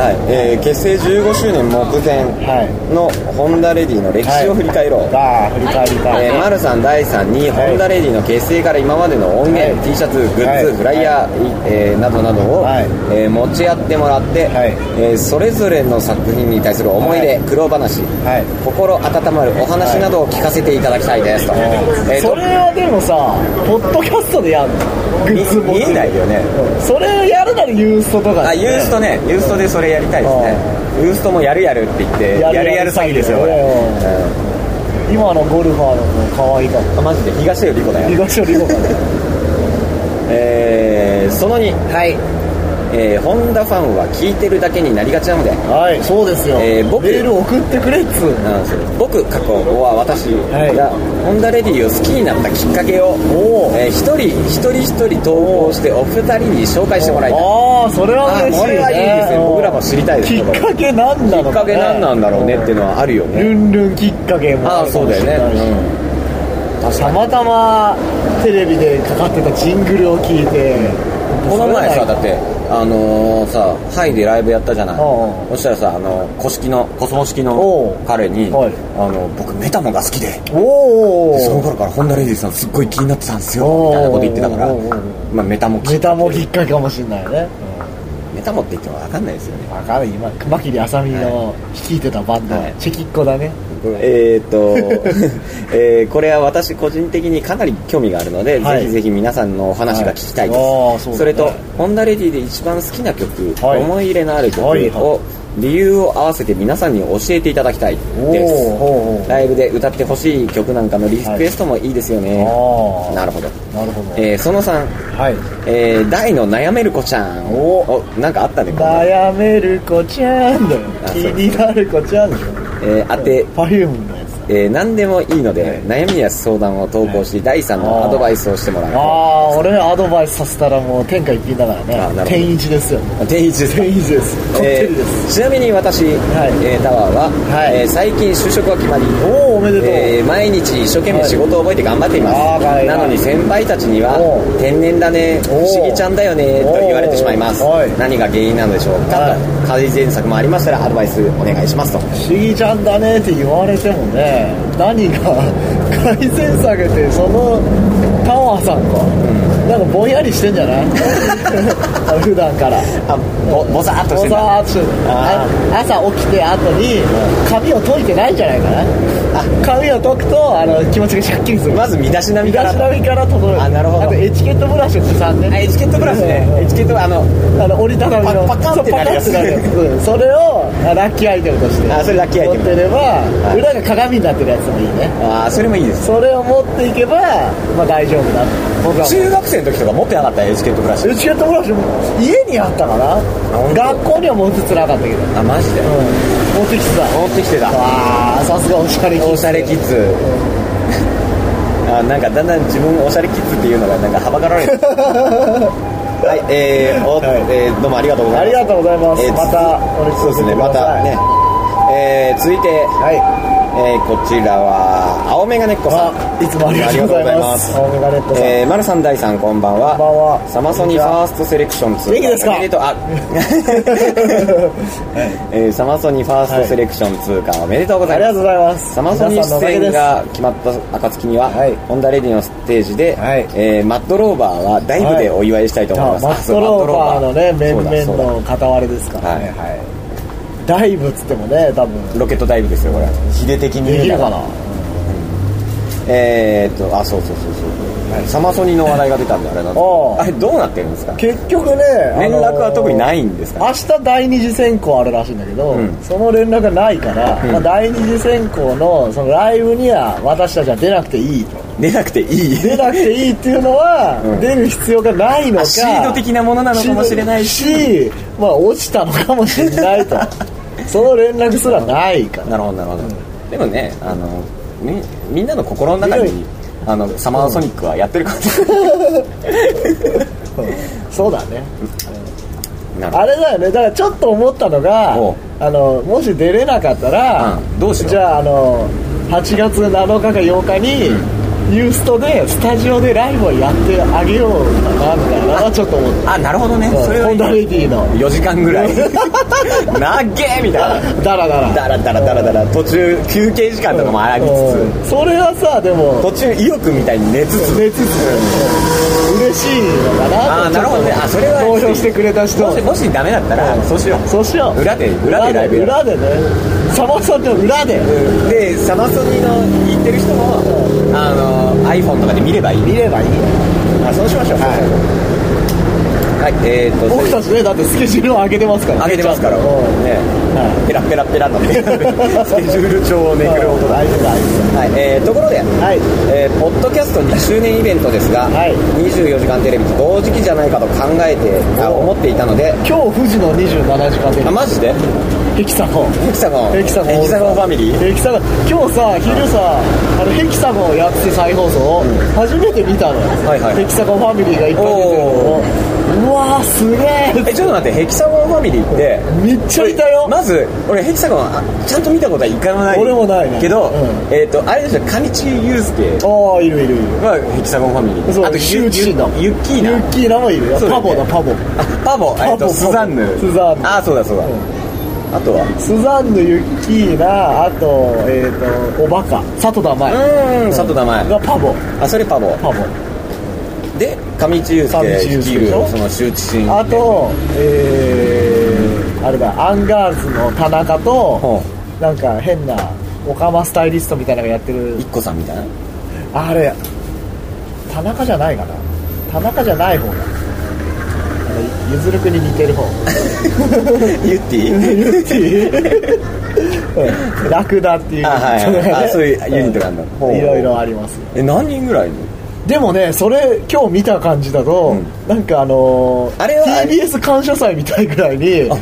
Speaker 1: はい、えー結成15周年目前
Speaker 2: はい
Speaker 1: のホンダレディの歴史を振り返ろう、
Speaker 2: ああ振り返りたい
Speaker 1: えー、丸さん第3に、
Speaker 2: はい
Speaker 1: ホンダレディの結成から今までの音源、
Speaker 2: はい
Speaker 1: T シャツグッズ、
Speaker 2: はい
Speaker 1: フライヤー、いえーなどなどを、
Speaker 2: はい
Speaker 1: えー持ち合ってもらって、
Speaker 2: はい
Speaker 1: えーそれぞれの作品に対する思い出、
Speaker 2: は
Speaker 1: 苦労話、
Speaker 2: はい
Speaker 1: 心温まるお話などを聞かせていただきたいですと、えーと
Speaker 2: それはでもさポッドキャストでやるのグッズ
Speaker 1: 見見えないよね
Speaker 2: それやるならユーストとか
Speaker 1: あユーストねユーストでそれやりたいですねユーストもやるやるって言ってや
Speaker 2: やる
Speaker 1: る
Speaker 2: や
Speaker 1: や
Speaker 2: る
Speaker 1: る詐欺ですよこれ、
Speaker 2: いやいや
Speaker 1: うん
Speaker 2: 今のゴルファーの子可愛いかも
Speaker 1: あマジで東出より子だよ
Speaker 2: 東よりもかな
Speaker 1: えーその2、はいえー、ホンダファンは聞いてるだけになりがちなので、
Speaker 2: はいそうですよ、
Speaker 1: えー僕
Speaker 2: メール送ってくれっつうの
Speaker 1: なんですよ僕、過去は私
Speaker 2: はい
Speaker 1: が、ホンダレディを好きになったきっかけを、
Speaker 2: お
Speaker 1: えー
Speaker 2: ー
Speaker 1: 一人一人一人投稿して、お二人に紹介してもらいたい。
Speaker 2: ああそれは嬉しい、ね、
Speaker 1: あこれはいいですね
Speaker 2: うん
Speaker 1: 僕らも知りたいです
Speaker 2: き
Speaker 1: ね
Speaker 2: っかけなんだ
Speaker 1: きっ
Speaker 2: ろう、ね、
Speaker 1: かけ何なんだろうねっていうのはあるよね。
Speaker 2: ルンルンきっかけも
Speaker 1: ああ、
Speaker 2: るか
Speaker 1: そう
Speaker 2: も
Speaker 1: だ
Speaker 2: しれ
Speaker 1: よ
Speaker 2: ないし
Speaker 1: ね。
Speaker 2: たまたまテレビでかかってたジングルを聞いて
Speaker 1: うん、この前さ、だって、あのーさ、ハイでライブやったじゃない。
Speaker 2: おうお
Speaker 1: そ
Speaker 2: う
Speaker 1: したらさ、あの、古式の、コスモ式
Speaker 2: お
Speaker 1: の
Speaker 2: う
Speaker 1: 彼に、
Speaker 2: はい
Speaker 1: あの、僕、メタモンが好きで、
Speaker 2: お
Speaker 1: その
Speaker 2: お
Speaker 1: 頃からホンダレディさんすっごい気になってたんですよみ
Speaker 2: おー
Speaker 1: たいなこと言ってたから
Speaker 2: おーおーお、
Speaker 1: まあ、メタモキ
Speaker 2: ネタもきっかけかもしれないね、
Speaker 1: メタモって言っても分かんないですよね
Speaker 2: うん、分かる今熊切あさみの率いてたバンド、
Speaker 1: はい
Speaker 2: チェキッコだね
Speaker 1: えー、っと、 えーこれは私個人的にかなり興味があるので、
Speaker 2: はい
Speaker 1: ぜひぜひ皆さんのお話が聞きたいです、
Speaker 2: はいあーそうだね
Speaker 1: れとホンダレディで一番好きな曲、
Speaker 2: はい
Speaker 1: 思い入れのある曲を、
Speaker 2: はいは
Speaker 1: 理由を合わせて皆さんに教えていただきたいで
Speaker 2: おーおーお
Speaker 1: す
Speaker 2: ー
Speaker 1: ライブで歌ってほしい曲なんかのリクエストもいいですよね、
Speaker 2: ああ
Speaker 1: なるほど、
Speaker 2: なるほど、
Speaker 1: えーその3
Speaker 2: はい
Speaker 1: えー、大の悩める子ちゃん
Speaker 2: お
Speaker 1: なんかあったねこんな
Speaker 2: 悩める子ちゃんだよ
Speaker 1: あ
Speaker 2: 気
Speaker 1: そう
Speaker 2: になる子ちゃんだよ
Speaker 1: えー、当て、
Speaker 2: パフュームのやつ
Speaker 1: えー、何でもいいので、悩みや相談を投稿し、第3のアドバイスをしても
Speaker 2: あ
Speaker 1: らう
Speaker 2: あー俺アドバイスさせたらもう天下一品だから
Speaker 1: あなるほど
Speaker 2: ね天一ですよ
Speaker 1: 定位置ですか
Speaker 2: 天一ですこって
Speaker 1: え
Speaker 2: りです、
Speaker 1: ー、ちなみに私、
Speaker 2: い
Speaker 1: えータワーは、
Speaker 2: はい
Speaker 1: えー最近就職が決まり、
Speaker 2: おおおめでとう、
Speaker 1: えー毎日一生懸命仕事を覚えて頑張っています、
Speaker 2: はいあーかわいい
Speaker 1: なのに先輩たちには
Speaker 2: お
Speaker 1: 「天然だね不
Speaker 2: お
Speaker 1: 思議ちゃんだよね」と言われてしまいます
Speaker 2: おはい
Speaker 1: 何が原因なのでしょうか
Speaker 2: はい
Speaker 1: と改善策もありましたらアドバイスお願いしますと
Speaker 2: 不思議ちゃんだねって言われてもね何が改善されてそのタワーさんが、なんかぼんやりしてんじゃない あ普段から
Speaker 1: あぼぼさーっとしてんだ
Speaker 2: ぼさーっとしてんだ
Speaker 1: あ
Speaker 2: あ朝起きて後に髪を解いてないんじゃないかな髪を解くとあの気持ちがシャッキリする
Speaker 1: まず身だしなみ
Speaker 2: 身
Speaker 1: か
Speaker 2: だ
Speaker 1: ら
Speaker 2: しなみから整える
Speaker 1: あなるほど
Speaker 2: あとエチケットブラシを持参ね
Speaker 1: あエチケットブラシね
Speaker 2: うん
Speaker 1: エチケットあの
Speaker 2: あの折りたたみの
Speaker 1: パパカンってなるやつ
Speaker 2: そうパカンってなるやつそれをあラッキーアイテムとして
Speaker 1: あそれラッキーアイテム
Speaker 2: 持ってれば、
Speaker 1: い
Speaker 2: 裏が鏡になってるやつもいいね
Speaker 1: あーそれもいいです
Speaker 2: それを持っていけば、まあ、大丈夫だ僕は
Speaker 1: 中学生の時とか持ってなかったエチケットブラシ
Speaker 2: エチケットブラシも家にあったかな
Speaker 1: 本当
Speaker 2: 学校には持ってつなかったけど、うん、
Speaker 1: あマジで
Speaker 2: 持ってきてた
Speaker 1: 持ってきてた
Speaker 2: わあさすがおしゃれキッズ
Speaker 1: おしゃれキッズ あなんかだんだん自分おしゃれキッズっていうのがなんかはばから れるはいえーお
Speaker 2: はい
Speaker 1: えーどうもありがとうございます
Speaker 2: ありがとうございます
Speaker 1: えーつ
Speaker 2: またお願いします
Speaker 1: そうですねまたねえー続いて、
Speaker 2: はい
Speaker 1: えーこちらは青メガネっ子さん
Speaker 2: あいつもありがとうございます
Speaker 1: ありがとうござい
Speaker 2: 青メガネットさん、
Speaker 1: えー、丸さん第さんこんばんは
Speaker 2: こんばんは
Speaker 1: サマソニファーストセレクション2
Speaker 2: 元気ですか
Speaker 1: おめでとうあえーサマソニファーストセレクション通過おめでとうござ
Speaker 2: あ
Speaker 1: い
Speaker 2: り
Speaker 1: ます
Speaker 2: がとうございます
Speaker 1: サマソニ
Speaker 2: 皆さんのおか
Speaker 1: 出
Speaker 2: げで
Speaker 1: 演
Speaker 2: す
Speaker 1: が決まった暁には、
Speaker 2: はい
Speaker 1: ホンダレディのステージで、
Speaker 2: はい
Speaker 1: えーマッドローバーはダイブでお祝いしたいと思い
Speaker 2: あ
Speaker 1: ます、
Speaker 2: マ
Speaker 1: あ
Speaker 2: ッ
Speaker 1: そう
Speaker 2: トローバーのね面
Speaker 1: マッドローバーそうだ
Speaker 2: 々の片割れですからね、
Speaker 1: はい
Speaker 2: はい、ダイブっつってもね多分
Speaker 1: ロケットダイブですよこれ
Speaker 2: 秀的にできるかな
Speaker 1: えー、っとあそうそうそうそう、サマソニの話題が出たんであれなんですけど
Speaker 2: ああ
Speaker 1: あれどうなってるんですか
Speaker 2: 結局ね
Speaker 1: 連絡は特にないんですか
Speaker 2: 明日第二次選考あるらしいんだけど、
Speaker 1: うん
Speaker 2: その連絡がないから、まあ、第二次選考のそのライブには私たちは出なくていいと
Speaker 1: 出なくていい
Speaker 2: 出なくていいっていうのは、
Speaker 1: うん
Speaker 2: 出る必要がないの
Speaker 1: あ
Speaker 2: か
Speaker 1: シード的なものなのかもしれないし
Speaker 2: しまあ落ちたのかもしれな いとその連絡すらないから
Speaker 1: なるほどなるほど、でもねあのみみんなの心の中
Speaker 2: い
Speaker 1: に
Speaker 2: や
Speaker 1: あのサマーソニックはやってる感じ、
Speaker 2: そうだね
Speaker 1: なるほ
Speaker 2: あれだよねだからちょっと思ったのが
Speaker 1: おう
Speaker 2: あのもし出れなかったら、
Speaker 1: うんどうしよう
Speaker 2: じゃああの8月7日か8日に、ユーストでスタジオでライブをやってあげようかなみたいなのはちょっと思っ
Speaker 1: どあなるほどね
Speaker 2: た
Speaker 1: それは
Speaker 2: ホンダレディの
Speaker 1: 4時間ぐらいなっげーみたいな
Speaker 2: ダラダラ
Speaker 1: だらだらだらだら途中休憩時間とかもありつ
Speaker 2: うんそれはさでも
Speaker 1: つ途中意欲みたいに寝つつ
Speaker 2: 寝つつ嬉しいのかな
Speaker 1: あーなるほどねあそれは
Speaker 2: 投票してくれた人
Speaker 1: もしもしダメだったらそうしよう
Speaker 2: そうしよう
Speaker 1: 裏で裏でライブやる
Speaker 2: 裏でねサマソニの裏で
Speaker 1: でサマソニの言ってる人もあの iPhone とかで見ればいい
Speaker 2: 見ればいい
Speaker 1: あそうしましょうはい、えー、っと
Speaker 2: 僕た
Speaker 1: ち
Speaker 2: ちねだってスケジュールを上げてますから
Speaker 1: 上げてますから
Speaker 2: うん
Speaker 1: ねペラペラペラとね スケジュール帳をめくる音だ
Speaker 2: 大丈夫大丈
Speaker 1: はい、えー、ところで、
Speaker 2: 夫はい
Speaker 1: えーポッドキャスト2周年イベントですが、
Speaker 2: はい
Speaker 1: 24時間テレビと同時期じゃないかと考えてあ
Speaker 2: お
Speaker 1: 思っていたので
Speaker 2: 今日富士の27時間
Speaker 1: あ
Speaker 2: で
Speaker 1: マジで
Speaker 2: ヘキサゴン
Speaker 1: ヘキサゴン
Speaker 2: ヘキサゴン
Speaker 1: ファミリー
Speaker 2: ヘキサゴン今日さ昼さあのヘキサゴンやって再放送初めて見たの
Speaker 1: はいはい
Speaker 2: ヘキサゴンファミリーがいっぱい出てるの
Speaker 1: お
Speaker 2: をうわーすげえ
Speaker 1: えちょっと待ってヘキサゴンファミリーって
Speaker 2: めっちゃいたよ
Speaker 1: まず俺ヘキサゴンあちゃんと見たことは一回もない
Speaker 2: 俺もないね
Speaker 1: けど、
Speaker 2: うん
Speaker 1: えっ、とあれでしょ上地雄介
Speaker 2: ああいるいるいる
Speaker 1: はヘキサゴンファミリー
Speaker 2: そう
Speaker 1: あと
Speaker 2: シュウチンだもん
Speaker 1: ユッキーナ
Speaker 2: ユッキーナもいるよ
Speaker 1: そうだ
Speaker 2: パ
Speaker 1: よね
Speaker 2: ボだパボ
Speaker 1: あパボえっ
Speaker 2: パ
Speaker 1: と
Speaker 2: ボ
Speaker 1: スザンヌ
Speaker 2: スザンヌ
Speaker 1: あそうだそうだ、
Speaker 2: うん
Speaker 1: あとは
Speaker 2: スザンヌユッキーナあとえっ、とおバカ佐藤田
Speaker 1: う
Speaker 2: 舞
Speaker 1: ーん佐藤名前
Speaker 2: がパボ
Speaker 1: あそれパボ
Speaker 2: パボ
Speaker 1: で上地雄
Speaker 2: 上地
Speaker 1: 介
Speaker 2: 雄
Speaker 1: 率
Speaker 2: 介
Speaker 1: いる
Speaker 2: でしょ
Speaker 1: その周知心
Speaker 2: あと、えー、あれだ、アンガールズの田中と、なんか変な、オカマスタイリストみたいなのがやってる
Speaker 1: 一、個さんみたいな
Speaker 2: あれ、田中じゃないかな。田中じゃない方が。あのゆずるくんに似てる方。
Speaker 1: ユッティ
Speaker 2: ユッティうんラクダっていう。
Speaker 1: あはいはい あそういうユニットがあるんだほう
Speaker 2: いろいろありますよ。
Speaker 1: え何人ぐらいの
Speaker 2: でもね、それ、今日見た感じだと、
Speaker 1: うん
Speaker 2: なんかあのー
Speaker 1: あれは
Speaker 2: TBS 感謝祭みたいぐらいに、ブワーっ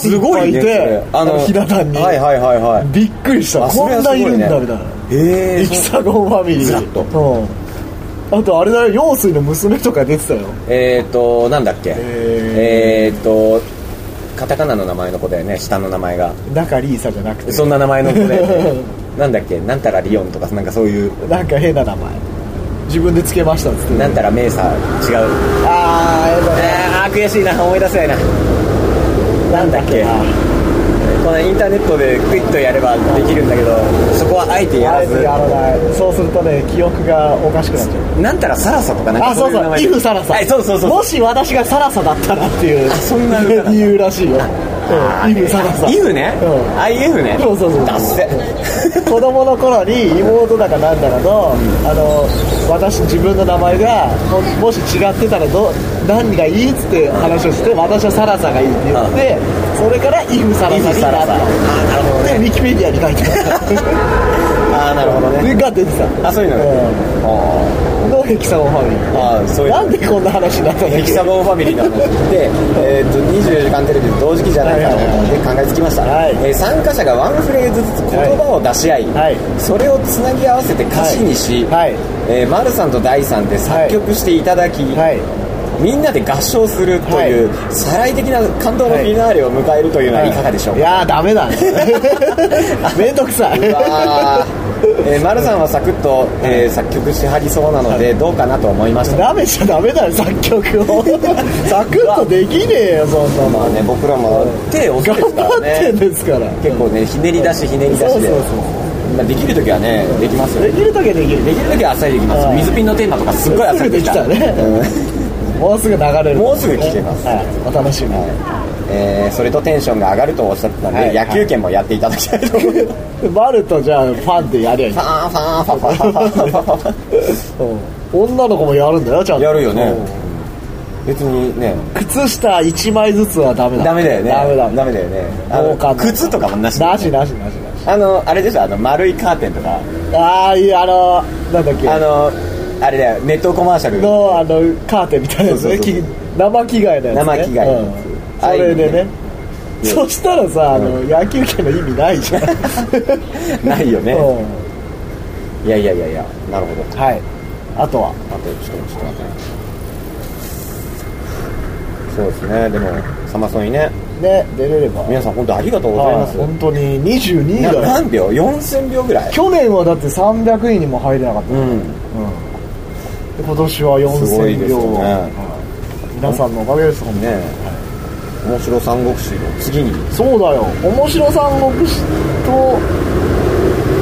Speaker 2: て
Speaker 1: すごい
Speaker 2: っぱい
Speaker 1: ね
Speaker 2: い
Speaker 1: そ
Speaker 2: て
Speaker 1: れ、
Speaker 2: あの、ひな壇に、
Speaker 1: はいはいはいはい
Speaker 2: びっくりした。
Speaker 1: あそ
Speaker 2: こ
Speaker 1: れは
Speaker 2: ん
Speaker 1: すご
Speaker 2: ない
Speaker 1: ね
Speaker 2: いるんだ、みたいな。
Speaker 1: え
Speaker 2: エキサゴンファミリ
Speaker 1: ずらっ
Speaker 2: ー。うん。あと、あれだよ、陽水の娘とか出てたよ。
Speaker 1: えー、っとなんだっけえ
Speaker 2: え
Speaker 1: ー、っとカタカナの名前の子だよね下の名前が
Speaker 2: 中リーサじゃなくて。
Speaker 1: そんな名前の子で、 なんだっけなんたらリオンとかなんかそういう
Speaker 2: なんか変な名前。自分でつけましたっつって。
Speaker 1: なんたらメーサー違う
Speaker 2: あー、やだね。
Speaker 1: あー悔しいな思い出せないな
Speaker 2: なんだっけな。
Speaker 1: このインターネットでクイッとやればできるんだけどそこはあえてや
Speaker 2: あ
Speaker 1: ら
Speaker 2: えて
Speaker 1: ず
Speaker 2: やらない。そうするとね、記憶がおかしくなっちゃう。
Speaker 1: なんたらサラサとかなんか
Speaker 2: あ、そ
Speaker 1: そうういう名
Speaker 2: そう、
Speaker 1: 前
Speaker 2: イフサラサ。
Speaker 1: はいそうそうそう
Speaker 2: もし私がサラサだったらっていう。
Speaker 1: そんな歌なんだ
Speaker 2: 理由らしいよ。うんイフサラサ。
Speaker 1: イフね、
Speaker 2: うん
Speaker 1: IF ね
Speaker 2: そうそうそう
Speaker 1: ダッセ
Speaker 2: 子供の頃に妹だかなんだかの、あの私自分の名前がももし違ってたらど何がいいっつって話をして私はサラサがいいって言ってそれからイフ サラサになった
Speaker 1: イフサラサあーなるほどね
Speaker 2: でウィキペディアに書いてあ
Speaker 1: ああなるほど
Speaker 2: った
Speaker 1: ね
Speaker 2: が出てた
Speaker 1: あそういうのね、あ
Speaker 2: のヘキサゴンファミリー
Speaker 1: ーあーそういう
Speaker 2: なんでこんな話になったの
Speaker 1: ヘキサゴンファミリーの話で、えー、と24時間テレビの同時期じゃないかと思って考えつきました、
Speaker 2: はい
Speaker 1: えー参加者がワンフレーズずつ言葉を出し合い、
Speaker 2: はい
Speaker 1: それをつなぎ合わせて歌詞にし、
Speaker 2: はい
Speaker 1: えー、丸さんと大さんで作曲していただき、
Speaker 2: はい
Speaker 1: みんなで合唱するという、再来的な感動のフィナーレを迎えるというのはいかがでしょう
Speaker 2: い
Speaker 1: か、
Speaker 2: やーダメ だねめんどくさいう
Speaker 1: わーえー、丸さんはサクッと、えー作曲しはりそうなのでどうかなと思いました
Speaker 2: ダメじゃダメだよ作 曲をサクッとできねえよそんな
Speaker 1: ま
Speaker 2: の
Speaker 1: あね僕らも手遅いです
Speaker 2: 頑
Speaker 1: か
Speaker 2: 張って
Speaker 1: ら
Speaker 2: ん
Speaker 1: ね
Speaker 2: ですから
Speaker 1: 結構ねひねり出しひねり出しで
Speaker 2: そうそうそう
Speaker 1: まあ、できる時はねできますよ
Speaker 2: できるだけできる
Speaker 1: できる時はあっさりできます
Speaker 2: はい
Speaker 1: 水ピンのテーマとかすっごいあっさりできた
Speaker 2: すぐできたね
Speaker 1: うん
Speaker 2: もうすぐ流れる
Speaker 1: もうすぐ聞けます
Speaker 2: はいお楽しみに
Speaker 1: ええーそれとテンションが上がるとおっしゃってたんで、
Speaker 2: はい
Speaker 1: 野球拳もやっていただきたいと思います。
Speaker 2: マルとじゃあファンでやりゃいい
Speaker 1: ファンファンファンファンファンファンファンファン
Speaker 2: うん女の子もやるんだよちゃんと
Speaker 1: やるよね
Speaker 2: うん
Speaker 1: 別にね、
Speaker 2: 靴下1枚ずつはダメだ
Speaker 1: ダメだよね。
Speaker 2: ダメだ
Speaker 1: ダメだよね。あ
Speaker 2: もうか
Speaker 1: の
Speaker 2: んない
Speaker 1: 靴とかもなしだよ
Speaker 2: な
Speaker 1: ね
Speaker 2: しなしなしなし
Speaker 1: あの、あれでしょ、あの、丸いカーテンとか、
Speaker 2: ああいやあのなんだっけ
Speaker 1: あの、あれだよ、ネットコマーシャル。
Speaker 2: のあのカーテンみたいなやつ
Speaker 1: そうそうそ
Speaker 2: ね
Speaker 1: う
Speaker 2: き生着替えのやつね
Speaker 1: 生着替えのやつ
Speaker 2: うん
Speaker 1: あ
Speaker 2: それで
Speaker 1: いい
Speaker 2: ね
Speaker 1: ねうん
Speaker 2: そしたらさあの野球拳の意味ないじゃん
Speaker 1: ないよね。
Speaker 2: うん
Speaker 1: いやいやいやいや、なるほど。
Speaker 2: はいあとは
Speaker 1: あと、ちょっと、ちょっと待って。そうですね、でも、サマソニね、
Speaker 2: ね出れれば
Speaker 1: 皆さん本当ありがとうございます。
Speaker 2: はい本当に22位
Speaker 1: な
Speaker 2: だよ
Speaker 1: 何秒 ?4000 秒ぐらい
Speaker 2: 去年はだって300位にも入れなかった
Speaker 1: うん。
Speaker 2: で今年は
Speaker 1: すごいで
Speaker 2: 4000
Speaker 1: す
Speaker 2: 票、
Speaker 1: よね
Speaker 2: はい皆さんのおかげですもん
Speaker 1: ね面白三国志の次に。
Speaker 2: そうだよ面白三国志と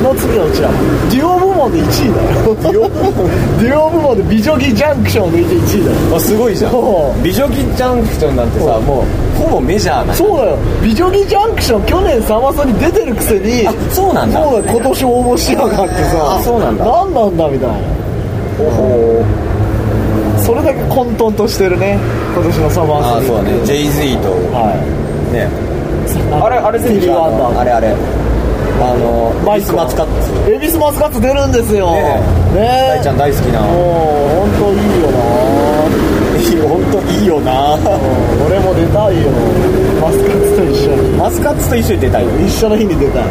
Speaker 2: の次はうちらデュオ部門で1位だよデュオ部門デュオ部門で美女木ジャンクションを抜いて1位だよ
Speaker 1: あ、すごいじゃん
Speaker 2: そう。
Speaker 1: 美女キジャンクションなんてさ、もう、ほぼメジャーな。
Speaker 2: そうだよ美女木ジャンクション去年サマソに出てるくせに
Speaker 1: あそうなんだ
Speaker 2: そうだよ今年応募しやがってさ
Speaker 1: あそうなんだ
Speaker 2: 何なんだみたいなそれだけ混沌としてるね今年のサマ
Speaker 1: あ
Speaker 2: ソ
Speaker 1: あ、
Speaker 2: に
Speaker 1: そうだね。JZ と、
Speaker 2: はい
Speaker 1: ね。
Speaker 2: あれ、あれ
Speaker 1: スティービーワンダーあれあれ。あの、
Speaker 2: マ
Speaker 1: マ
Speaker 2: イ
Speaker 1: イ
Speaker 2: ク
Speaker 1: ス
Speaker 2: は
Speaker 1: マツカッツ。
Speaker 2: エビスマスカッツ出るんですよ。ねえ。
Speaker 1: 大ちゃん大好きな。
Speaker 2: もう、本当
Speaker 1: い
Speaker 2: いいよな。
Speaker 1: いよ本当いいよな。
Speaker 2: うん俺も出たいよ。マスカッツと一緒 に。
Speaker 1: マスカッツと一緒に出たいよ。
Speaker 2: 一緒の日に出たい。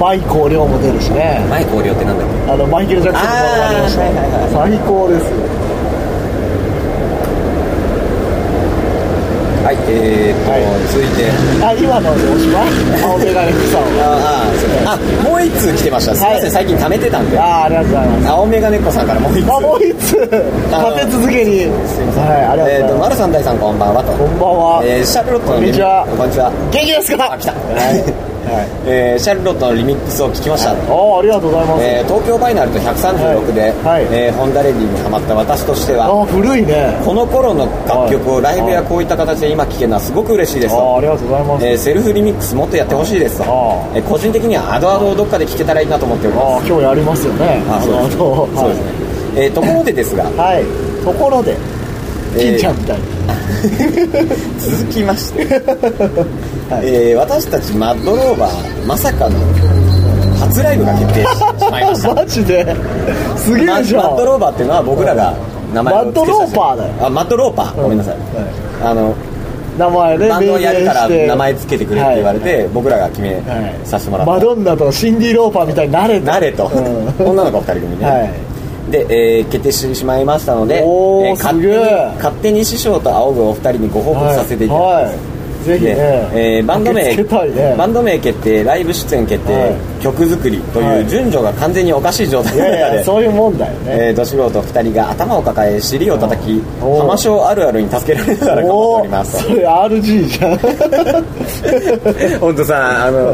Speaker 2: マイコーリョウも出るしね。
Speaker 1: 前交流ってなんだっけ
Speaker 2: あの、マイケル・ジャクソンのもありました
Speaker 1: あーはいはい
Speaker 2: 最高ですよ。
Speaker 1: はい、えーっと、
Speaker 2: はい
Speaker 1: 続いて。
Speaker 2: あ、今のでおしまい青メガネ草を。
Speaker 1: ああ、そうあ、もう一通来てました。すみません、
Speaker 2: はい
Speaker 1: 最近貯めてたんで。
Speaker 2: あー、ありがとうございます。
Speaker 1: 青メガネっ子さんからもう一通。
Speaker 2: あ、もう一つ、立て続けに。はい、ありが
Speaker 1: えーっ
Speaker 2: と
Speaker 1: と、マ
Speaker 2: うございま
Speaker 1: ルさん、大さん、こんばんはと。
Speaker 2: す。こんばんは。
Speaker 1: えーシャルロットの
Speaker 2: こんにちは
Speaker 1: こんにちは。
Speaker 2: 元気ですか
Speaker 1: あ、来た。
Speaker 2: はい。はい
Speaker 1: えーシャルロットのリミックスを聞きました。
Speaker 2: ああ、ありがとうございます。
Speaker 1: えー東京バイナルと136で、
Speaker 2: はいはい
Speaker 1: えーホンダレディにハマった私としては、
Speaker 2: ああ、古いね。
Speaker 1: この頃の楽曲をライブやこういった形で今聴けるのはすごく嬉しいです
Speaker 2: ああ、
Speaker 1: と
Speaker 2: ありがとうございます。
Speaker 1: えーセルフリミックスもっとやってほしいですと
Speaker 2: あ、
Speaker 1: えー個人的にはアドアドをどっかで聴けたらいいなと思っており
Speaker 2: あ
Speaker 1: ま
Speaker 2: あ、
Speaker 1: す
Speaker 2: 今日やりますよね。
Speaker 1: あそうですね
Speaker 2: の後
Speaker 1: そうですね、えーところでです が
Speaker 2: はい。はい。ところで、
Speaker 1: えー
Speaker 2: 金ちゃんみたいに。
Speaker 1: 続きまして、 えー私たちマッドローバーまさかの初ライブが決定してしまいました
Speaker 2: マジで。 すげ
Speaker 1: マ
Speaker 2: えじゃん。
Speaker 1: マッドローバーっていうのは僕らが名前を付けさせて
Speaker 2: マッドローパーだよ
Speaker 1: あマッドローパーごめんなさい、
Speaker 2: は
Speaker 1: あの
Speaker 2: 名前ね、
Speaker 1: バンドをやるから
Speaker 2: 命名して
Speaker 1: 名前つけてくれって言われて、僕らが決め
Speaker 2: はいはい
Speaker 1: させてもらった、
Speaker 2: マドンナとシンディ・ローパーみたいになれと
Speaker 1: なれと、
Speaker 2: うん
Speaker 1: 女の子2人組ね、
Speaker 2: はい
Speaker 1: で、えー決定してしまいましたので、
Speaker 2: おー
Speaker 1: え勝
Speaker 2: す
Speaker 1: 手
Speaker 2: げ
Speaker 1: に
Speaker 2: え
Speaker 1: 勝手に師匠と仰ぐお二人にご報告させていただきます、
Speaker 2: はいはい。ぜひね
Speaker 1: で、えーバンド名、
Speaker 2: 駆けつけたいね。
Speaker 1: バンド名決定ライブ出演決定、
Speaker 2: はい
Speaker 1: 曲作りと
Speaker 2: はいいう
Speaker 1: 順序が完全におかしい状態
Speaker 2: い
Speaker 1: の
Speaker 2: やい
Speaker 1: 中
Speaker 2: や、
Speaker 1: で、
Speaker 2: そういうもんだよね。
Speaker 1: えー、ど素人2人が頭を抱え尻を叩き
Speaker 2: おー
Speaker 1: 浜章あるあるに助けられながら頑張っております
Speaker 2: それ RG じゃ ん。
Speaker 1: 本当さあの、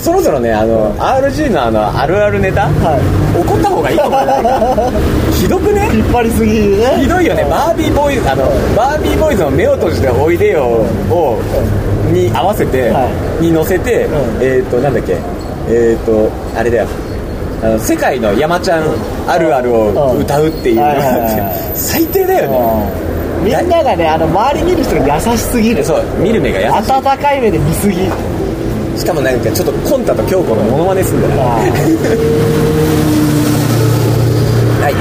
Speaker 1: そろそろねあの、RG のあのあるあるネタ、
Speaker 2: は
Speaker 1: 怒った方がいいと思わないか ひどくね
Speaker 2: 引っ張りすぎね。
Speaker 1: ひどいよねバービーボーイズあのバービーボーイズの「目を閉じておいでよ」をに合わせて、
Speaker 2: は
Speaker 1: に乗せて、
Speaker 2: ん
Speaker 1: えっ、となんだっけえっ、とあれだよあの世界の山ちゃんあるあるを歌うっていう、
Speaker 2: うんはいはいはい
Speaker 1: 最低だよね、
Speaker 2: みんながね、あの、周り見る人が優しすぎる。
Speaker 1: そう見る目が優し
Speaker 2: 温かい目で見すぎ。
Speaker 1: いしかもなんかちょっとコンタと京子のモノマネすんだよはい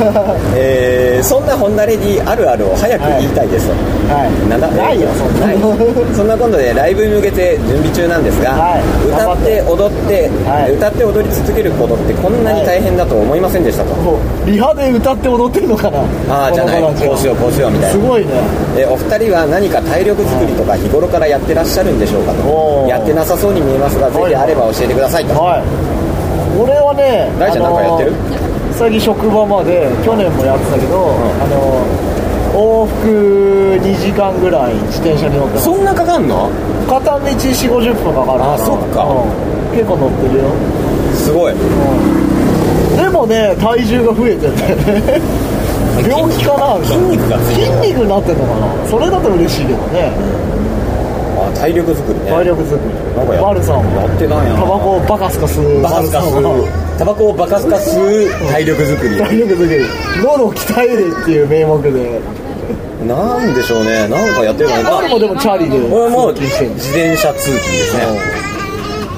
Speaker 1: えっ、と、 えーそんなホンダレディあるあるを早く言いたいです、
Speaker 2: はい。
Speaker 1: なんだ
Speaker 2: ないよ、そんなの。
Speaker 1: はいそんな今度でライブに向けて準備中なんですが、
Speaker 2: はい
Speaker 1: 歌って踊って、
Speaker 2: はい
Speaker 1: 歌って踊り続けることってこんなに大変だと思いませんでしたと、
Speaker 2: もうリハで歌って踊ってるのかな
Speaker 1: ああじゃない
Speaker 2: この子たち
Speaker 1: こ
Speaker 2: は
Speaker 1: うしようこうしようみたい
Speaker 2: す
Speaker 1: な
Speaker 2: ごいね。
Speaker 1: えお二人は何か体力作りとか日頃からやってらっしゃるんでしょうか
Speaker 2: お
Speaker 1: と
Speaker 2: ー
Speaker 1: やってなさそうに見えますがぜ
Speaker 2: はい
Speaker 1: ひあれば教えてくださいと
Speaker 2: はい。俺はね、
Speaker 1: 大ちゃんなんかやってる
Speaker 2: る最近職場まで、去年もやってたけど、あの、往復2時間ぐらい自片車に乗ってます
Speaker 1: そんなかかんの
Speaker 2: 片道4、50分かかるから。
Speaker 1: あそっか
Speaker 2: うん結構乗ってるよ。
Speaker 1: すごい
Speaker 2: でもね体重が増えてんだよね病気かなみた
Speaker 1: 筋
Speaker 2: いな
Speaker 1: 肉がついて
Speaker 2: 筋
Speaker 1: る
Speaker 2: 肉になってんのかなそれだと嬉しいけどね
Speaker 1: あ体力作りね
Speaker 2: 体力作り
Speaker 1: なんかや
Speaker 2: バルさんは
Speaker 1: やってないな
Speaker 2: タバコをバカスカ吸う
Speaker 1: バカスカ
Speaker 2: バルさんは
Speaker 1: 吸うタバコをバカスカ吸う体力作り
Speaker 2: 体力作り喉を鍛えるっていう名目で
Speaker 1: なんでしょうねなんかやってるかな
Speaker 2: あれもでもチャーリーで
Speaker 1: 俺も
Speaker 2: 通勤してんの
Speaker 1: 自転車通勤ですね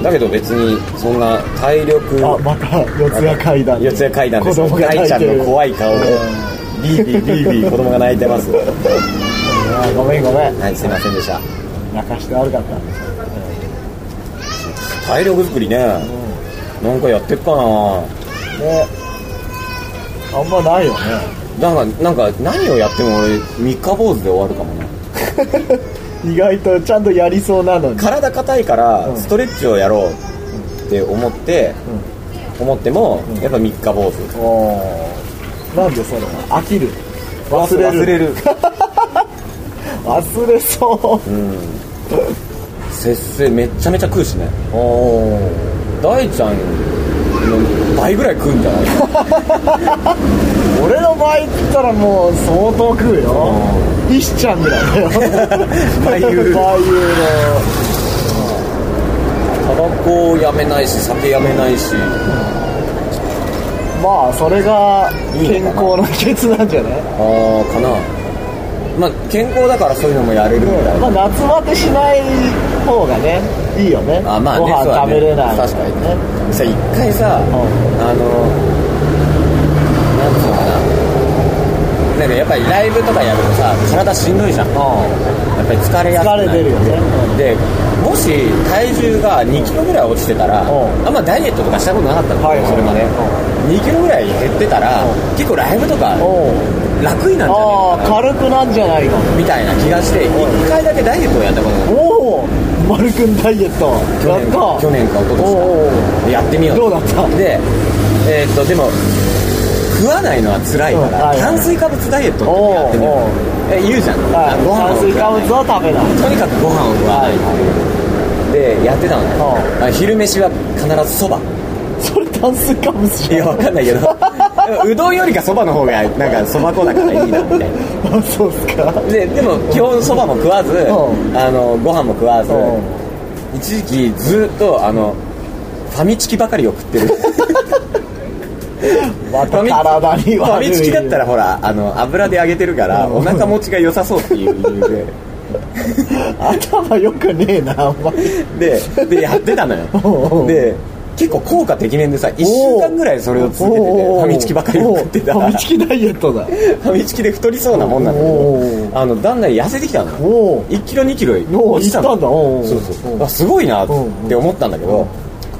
Speaker 1: だけど別にそんな体力
Speaker 2: あまた四谷階段
Speaker 1: 四谷階段です
Speaker 2: 子供が泣いて
Speaker 1: 大
Speaker 2: る
Speaker 1: ちゃんの怖い顔でビービービービー子供が泣いてますは
Speaker 2: あーごめんごめん
Speaker 1: いすいませんでした
Speaker 2: 泣かして悪かった
Speaker 1: 体力作りねなんかやってっかな
Speaker 2: ねあんまないよね
Speaker 1: なんかなんか何をやっても俺三日坊主で終わるかもね
Speaker 2: 意外とちゃんとやりそうなのに
Speaker 1: 体硬いか
Speaker 2: う
Speaker 1: ら
Speaker 2: ん
Speaker 1: ストレッチをやろうって思って、思っても、やっぱ三日坊主
Speaker 2: おーなんでそれ飽きる忘れる
Speaker 1: 忘れる
Speaker 2: 忘れそ
Speaker 1: うん節制めっちゃめちゃ食うしね
Speaker 2: うおー
Speaker 1: 大ちゃんの倍ぐらい食うんじゃない
Speaker 2: 俺の場合って言ったらもう相当食うよ石ちゃんぐらい だよ
Speaker 1: バイユー
Speaker 2: バイユーの
Speaker 1: タバコをやめないし酒やめないし
Speaker 2: まあそれが健康の秘訣なんじゃない
Speaker 1: ああかなまあ健康だからそういうのもやれるみたい
Speaker 2: ま
Speaker 1: な、
Speaker 2: あ夏バテしない方がねいいよね
Speaker 1: あまあね
Speaker 2: ご飯
Speaker 1: そうだ
Speaker 2: 食
Speaker 1: ね
Speaker 2: べれな
Speaker 1: 確
Speaker 2: い
Speaker 1: かにねさ一回さ、
Speaker 2: ん
Speaker 1: あのなんていうのかななんかやっぱりライブとかやるとさ体しんどいじゃんやっぱり疲れやすくな
Speaker 2: 疲れてるよねうん
Speaker 1: でもし体重が2キロぐらい落ちてたら、
Speaker 2: うん
Speaker 1: あんまダイエットとかしたことなかったの、
Speaker 2: はい
Speaker 1: それまで、2キロぐらい減ってたら、
Speaker 2: うん
Speaker 1: 結構ライブとか
Speaker 2: おう
Speaker 1: 楽になるんじゃ
Speaker 2: あ
Speaker 1: ないか
Speaker 2: あ軽くなんじゃないか
Speaker 1: なみたいな気がして
Speaker 2: ん
Speaker 1: 1回だけダイエットをやったことがある
Speaker 2: おお丸くんダイエット
Speaker 1: 去
Speaker 2: やっ
Speaker 1: 年
Speaker 2: た
Speaker 1: 去年か一昨
Speaker 2: おうおう
Speaker 1: 年かやってみよう
Speaker 2: どうだった
Speaker 1: でえーっとでも食わないのは辛いか
Speaker 2: うん
Speaker 1: ら、
Speaker 2: はい
Speaker 1: 炭水化物ダイエットってやってみよう
Speaker 2: おうおう
Speaker 1: え言うじゃん、
Speaker 2: は
Speaker 1: あ
Speaker 2: い
Speaker 1: ご飯を
Speaker 2: 炭水
Speaker 1: 食
Speaker 2: 化
Speaker 1: わ
Speaker 2: 物
Speaker 1: ない
Speaker 2: は食べない
Speaker 1: とにかくご飯を食わないっていうでやってたのね
Speaker 2: う
Speaker 1: あ昼飯は必ずそば
Speaker 2: それ炭水化物
Speaker 1: い
Speaker 2: じゃ
Speaker 1: やわかん ないけどでもうどんよりかそばの方がなんかそば粉だからいいなみたいな
Speaker 2: あそうっすか
Speaker 1: ででも基本そばも食わず、
Speaker 2: ん
Speaker 1: あのご飯も食わず、
Speaker 2: うん
Speaker 1: 一時期ずっとあのファミチキばかりを食ってる
Speaker 2: ま
Speaker 1: ファ
Speaker 2: た
Speaker 1: ミ
Speaker 2: 体に悪い
Speaker 1: ファミチキだったらほらあの油で揚げてるから
Speaker 2: うん
Speaker 1: お腹持ちが良さそうっていう理由
Speaker 2: 頭良くねえなあんまり
Speaker 1: でででやってたの
Speaker 2: おう
Speaker 1: よで結構効果てきめんでさ1週間ぐらいそれを続けてて
Speaker 2: おうおうおう
Speaker 1: ファミチキばかりを食ってた
Speaker 2: おう
Speaker 1: ら
Speaker 2: ファミチキダイエットだ
Speaker 1: ファミチキで太りそうなもんなんだけ
Speaker 2: おー
Speaker 1: どあのだんだん痩せてきたのよ
Speaker 2: おう
Speaker 1: 1キロ2キロ
Speaker 2: お
Speaker 1: 落ちた
Speaker 2: 行ったんだおう
Speaker 1: そうそう
Speaker 2: おう
Speaker 1: あすごいなって思ったんだけど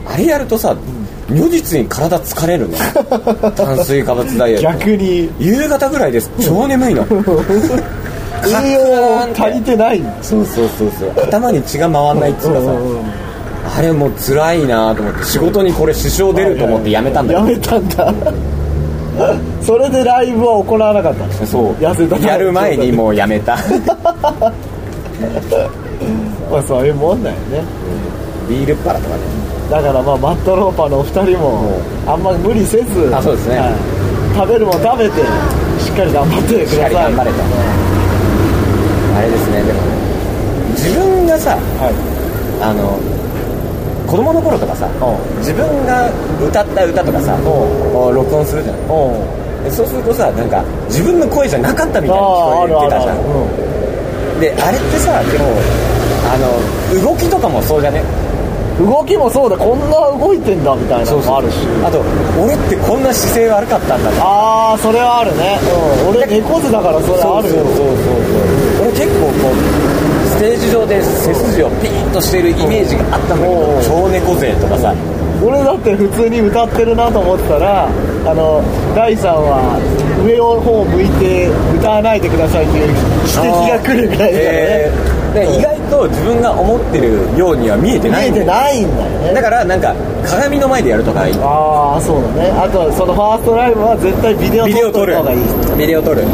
Speaker 1: あれやるとさ如実に体疲れる の炭水化物ダイエット
Speaker 2: 逆に
Speaker 1: 夕方ぐらいです超眠いの
Speaker 2: 栄養足りてない
Speaker 1: そうそうそうそう頭に血が回んないっつうか
Speaker 2: うんうんうん
Speaker 1: さあれもう辛いなと思って仕事にこれ支障出ると思ってやめたんだ
Speaker 2: や
Speaker 1: よ
Speaker 2: めたんだそれでライブは行わなかったの
Speaker 1: そう
Speaker 2: 痩せた
Speaker 1: やる前にもうやめた
Speaker 2: まあそういうもんだよね
Speaker 1: ビールっ腹とかね
Speaker 2: だからまあマットローパーのお二人もあんまり無理せず
Speaker 1: あそうですね
Speaker 2: い食べるもん食べてしっかり頑張ってください
Speaker 1: しっかり頑張れとあれですねでも自分がさ
Speaker 2: は
Speaker 1: あの子供の頃とかさ
Speaker 2: うん
Speaker 1: 自分が歌った歌とかさ
Speaker 2: う
Speaker 1: 録音するじゃない
Speaker 2: いおう
Speaker 1: でそうするとさなんか自分の声じゃなかったみたいに
Speaker 2: あ
Speaker 1: 聞こ
Speaker 2: あある
Speaker 1: え
Speaker 2: あ
Speaker 1: て
Speaker 2: る
Speaker 1: たじ
Speaker 2: あ
Speaker 1: ゃ
Speaker 2: る、
Speaker 1: ん
Speaker 2: うん
Speaker 1: であれってさでもあの動きとかもそうじゃね
Speaker 2: 動きもそうだこんな動いてんだみたいなのもあるし
Speaker 1: あと俺ってこんな姿勢悪かったんだと
Speaker 2: ああそれはあるね、うん、俺猫背だからそれあるよ
Speaker 1: そうそうそう俺結構こうステージ上で背筋をピーンとしてるイメージがあったんだけ
Speaker 2: お
Speaker 1: ど
Speaker 2: う
Speaker 1: 超猫背とかさ
Speaker 2: 俺だって普通に歌ってるなと思ったらあの大さんは上の方向いて歌わないでくださいっていう指摘が来るぐらいだ
Speaker 1: え
Speaker 2: からね、
Speaker 1: ーで意外と自分が思ってるようには見えてない
Speaker 2: 見えてないんだよね
Speaker 1: だからなんか鏡の前でやるとかいい
Speaker 2: ああそうだねあとそのファーストライブは絶対ビデオ
Speaker 1: ビデオ撮
Speaker 2: 撮っ
Speaker 1: る
Speaker 2: た方がいい
Speaker 1: ビデオ撮る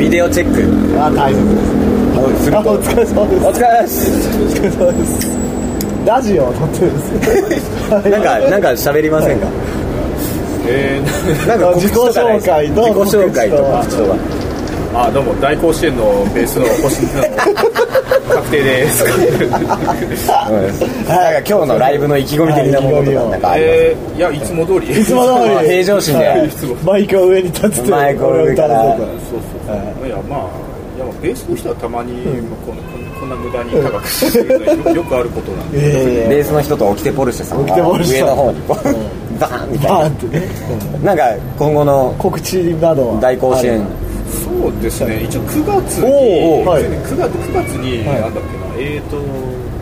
Speaker 1: ビデオチェック
Speaker 2: あー大切です
Speaker 1: をする
Speaker 2: あ
Speaker 1: と
Speaker 2: お疲れ様です
Speaker 1: お疲れ様です
Speaker 2: お疲れ様ですラジオを撮ってるんです
Speaker 1: なんかなんか喋りませんか
Speaker 6: えー、
Speaker 1: なんか告知とかないですか
Speaker 2: 自己紹介と
Speaker 1: 自己紹介とか
Speaker 2: 告
Speaker 1: 告知とか
Speaker 6: あどうも大甲子園のベースの星野確定です
Speaker 1: うんなんか今日のライブの意気込み的なものとかなんかあり
Speaker 6: えー、いやいつも通り
Speaker 2: いつも通り
Speaker 1: ま
Speaker 2: は
Speaker 1: す
Speaker 2: い
Speaker 1: 平常心
Speaker 2: はい
Speaker 1: で
Speaker 2: マイクを上に立つて
Speaker 1: マイクを上から
Speaker 2: 俺は歌うぞ
Speaker 6: そうそうそう、、
Speaker 2: はい
Speaker 6: やまあいやまあベースの人はたまに、まあ、こんこんこんな無駄に高くしてるのはよ よくあることなんで
Speaker 1: ベ
Speaker 2: え
Speaker 1: ースの人とオキテポルシェさん
Speaker 2: オキテ
Speaker 1: が
Speaker 2: ポルシェ
Speaker 1: 上
Speaker 2: さ
Speaker 1: の
Speaker 2: ん
Speaker 1: 方にこうバーンみ
Speaker 2: えバ
Speaker 1: たい
Speaker 2: ーンってね、うん
Speaker 1: ななんか今後の
Speaker 2: 告知などは
Speaker 1: 大甲子園
Speaker 6: そうですね一応9月に
Speaker 2: おうおうはい
Speaker 6: 9月9月に、
Speaker 2: はい
Speaker 6: なんだっけなえーとどこ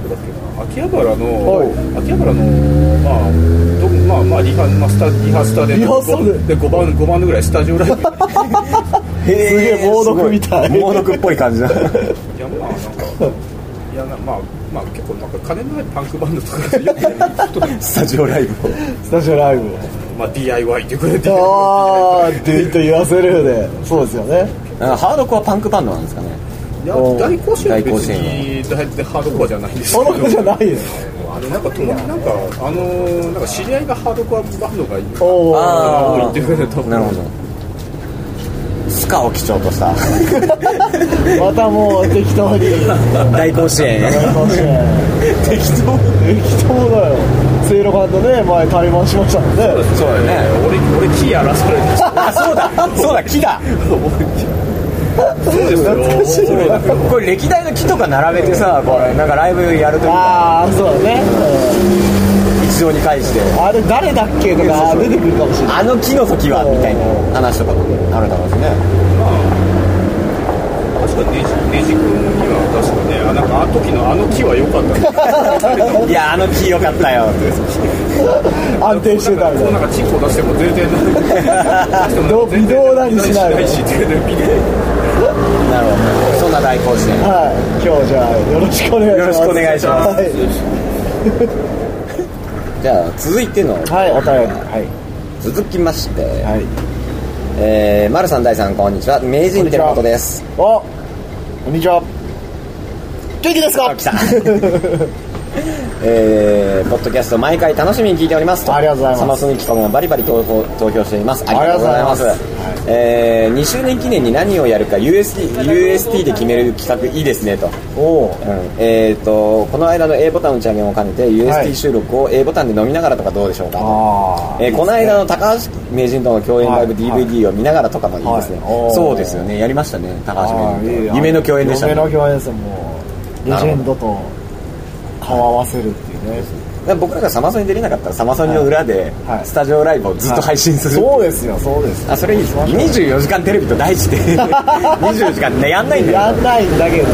Speaker 6: だっけな秋葉原の、
Speaker 2: はい
Speaker 6: 秋葉原のまあどまあまあリハマスタリハスタで
Speaker 2: リハスタで
Speaker 6: で5番五番ぐらいスタジオライブに
Speaker 1: す
Speaker 2: すげえ猛毒みたい
Speaker 1: 猛毒っぽい感じ だ
Speaker 6: いやまあなんかいやなまあまあ結構なんか金のないパンクバンドとかよくやる人と
Speaker 1: スタジオライブを
Speaker 2: スタジオライブ
Speaker 6: まあ DIY ってくれて
Speaker 2: ああデイと言わせるでそうですよね
Speaker 1: なんかハードコアパンクバンドなんですかね
Speaker 6: いや
Speaker 2: お
Speaker 6: 大甲子園は
Speaker 1: 大甲
Speaker 6: 別
Speaker 1: 子園
Speaker 6: に大体ハードコアじゃないんです
Speaker 2: そ
Speaker 6: け
Speaker 2: んな
Speaker 6: ど
Speaker 2: ことじゃないです
Speaker 6: あのなんか友達なんかあのーなんか知り合いがハードコアバンドがいる
Speaker 2: おお
Speaker 1: あ
Speaker 6: 多いっていうのと
Speaker 1: なるほどスカを基調とした
Speaker 2: またもう適当に
Speaker 1: 大甲子園
Speaker 2: 大甲子園
Speaker 1: 適当
Speaker 2: 適当だよセイロバンドね前対バンしましたもんね
Speaker 6: そうだね俺俺キー争われてた
Speaker 1: あそうだそうだ木だ
Speaker 6: そうですよ
Speaker 1: これ歴代の木とか並べてさこれなんかライブやるとき
Speaker 2: ああそうだね、
Speaker 1: 一堂に会して
Speaker 2: うんあれ誰だっけとか出てくるかもしれない
Speaker 1: あの木の時はみたいな話とかもあるだろうしね
Speaker 6: 確かネジネジ君には確かねあなんかあの時のあの木は良かったね
Speaker 1: いやあの木良かったよ
Speaker 2: 安定してたみた
Speaker 6: こう
Speaker 2: いな
Speaker 6: な
Speaker 2: ん
Speaker 6: かチンコ出しても全 然ど
Speaker 2: 微動だにしない
Speaker 6: しっていうね微動
Speaker 1: なるほどそんな大甲子園
Speaker 2: はい今日じゃあよろしくお願いし
Speaker 1: よ
Speaker 2: ます
Speaker 1: ろしくお願いします
Speaker 2: はい
Speaker 1: じゃあ続いての
Speaker 2: はい、お便り。はい。
Speaker 1: 続きまして、
Speaker 2: はい。
Speaker 1: えー、丸さん大さんこんにちは名人寺本です
Speaker 2: おこんにちは。元気ですか
Speaker 1: あ来た えー、ポッドキャスト毎回楽しみに聞いております
Speaker 2: ありがとうございます
Speaker 1: サマソニックともバリバリ投票投票していますありがとうございます
Speaker 2: ありがとうございます
Speaker 1: えー、2周年記念に何をやるか USD, USD で決める企画いいですねと
Speaker 2: おー
Speaker 1: うんえー、とこの間の A ボタン打ち上げも兼ねて
Speaker 2: は
Speaker 1: USD
Speaker 2: い
Speaker 1: 収録を A ボタンで飲みながらとかどうでしょうか、
Speaker 2: あー
Speaker 1: えーこの間の高橋名人との共演ライブ
Speaker 2: はいはい
Speaker 1: DVD を見ながらとかもいいですね、
Speaker 2: はいおー
Speaker 1: そうですよねやりましたね高橋
Speaker 2: あ
Speaker 1: 名人
Speaker 2: ーいい
Speaker 1: と
Speaker 2: よ
Speaker 1: 夢の共演でしたね
Speaker 2: 夢の共演ですよもう。レジェンドと顔合わせるっていうね。
Speaker 1: だから僕らがサマソニ出れなかったらサマソニの裏で
Speaker 2: はいはい
Speaker 1: スタジオライブをずっと配信する、
Speaker 2: そうですよ、そうですよ。
Speaker 1: あそれいいですね24時間テレビと題 して24時間ねやんないんだ
Speaker 2: や
Speaker 1: よ
Speaker 2: んないんだけど、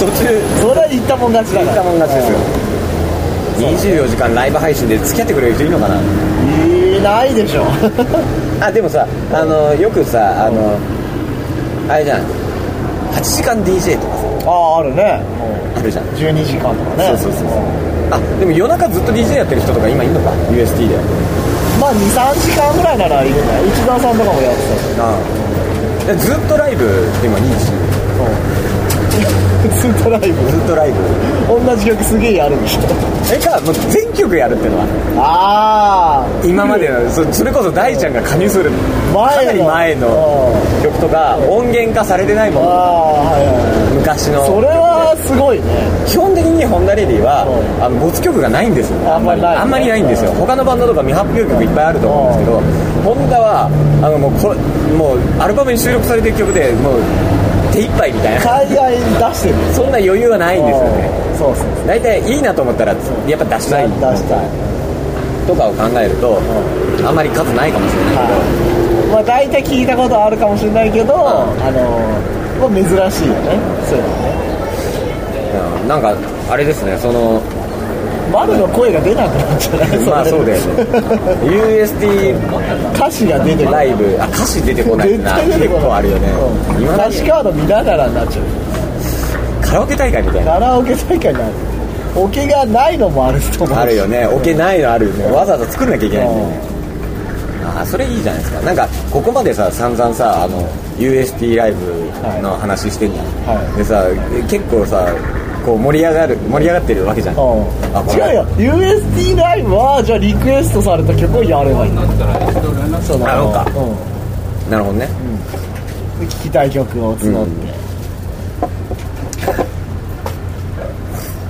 Speaker 1: 途中
Speaker 2: それは言ったもん勝ちだ
Speaker 1: 言
Speaker 2: か
Speaker 1: っ
Speaker 2: ら。
Speaker 1: たもん勝ちですよ24時間ライブ配信で付き合ってくれる人いるのかな
Speaker 2: うん。いないで しょ。
Speaker 1: あでもさあのよくさあの、あれじゃん8時間 DJ とかさ
Speaker 2: ああ、あるね。も
Speaker 1: あるじゃん
Speaker 2: う12時間とかね。
Speaker 1: そうそうそうそうあでも夜中ずっと DJ やってる人とか今いんのか UST で
Speaker 2: まあ、2、3時間ぐらいならいいよね。内田さんとかもやって
Speaker 1: ああ
Speaker 2: たし。
Speaker 1: ずっとライブでもいいし
Speaker 2: ずっとライブ。
Speaker 1: ずっとライブ
Speaker 2: 同じ曲すげえやるんでしょ。
Speaker 1: えかもう全曲やるってのは
Speaker 2: ああ。
Speaker 1: 今までのそそれこそ大ちゃんが加入するかな
Speaker 2: 前
Speaker 1: り
Speaker 2: の
Speaker 1: 前の
Speaker 2: うん
Speaker 1: 曲とか音源化されてない
Speaker 2: ああ
Speaker 1: も
Speaker 2: はいはい
Speaker 1: ん昔の
Speaker 2: それはすごいね
Speaker 1: 基本的にホンダレディは
Speaker 2: うん
Speaker 1: あの没曲がないんですよ
Speaker 2: あんまりない
Speaker 1: あんまりないんですよ他のバンドとか未発表曲いっぱいあると思うんですけどホンダはあのもうこれもうアルバムに収録されてる曲でもう手一杯みたいな
Speaker 2: 海外に出してる
Speaker 1: そんな余裕はないんですよね
Speaker 2: うんそうそうそう
Speaker 1: 大体いいなと思ったらやっぱ出したい
Speaker 2: 出したい
Speaker 1: とかを考えるとあんまり数ないかもしれない
Speaker 2: はいまあ大体聞いたことあるかもしれないけどあのーまあ珍しいよねそういうのね
Speaker 1: けどうんなんかあれですねその
Speaker 2: 丸の声が出なくなっちゃない
Speaker 1: まあそうだよね USD
Speaker 2: 歌詞が出てこ
Speaker 1: ラ
Speaker 2: ない
Speaker 1: イブあ歌詞出てこない
Speaker 2: 絶
Speaker 1: な
Speaker 2: 対出
Speaker 1: 結
Speaker 2: てこない
Speaker 1: 構あるよね
Speaker 2: うん
Speaker 1: 今ま
Speaker 2: 歌
Speaker 1: で
Speaker 2: 詞カード見ながらになっちゃう
Speaker 1: カラオケ大会みたいな
Speaker 2: カラオケ大会になるオケがないのもあると思う
Speaker 1: あるよねオケないのあるよねわざわざ作んなきゃいけ
Speaker 2: う
Speaker 1: ないんだよね
Speaker 2: ん
Speaker 1: あーそれいいじゃないですかなんかここまでさ散々さあの UST ライブの話してんじゃん、
Speaker 2: はい
Speaker 1: でさ結構さこう盛り上がる盛り上がってるわけじゃんあこれ
Speaker 2: 違うよ USD ライブはじゃあリクエストされた曲をやればいいんだそう
Speaker 1: あそうか
Speaker 2: う
Speaker 1: なるほどね
Speaker 2: ん、で聴きたい曲を募って、
Speaker 1: う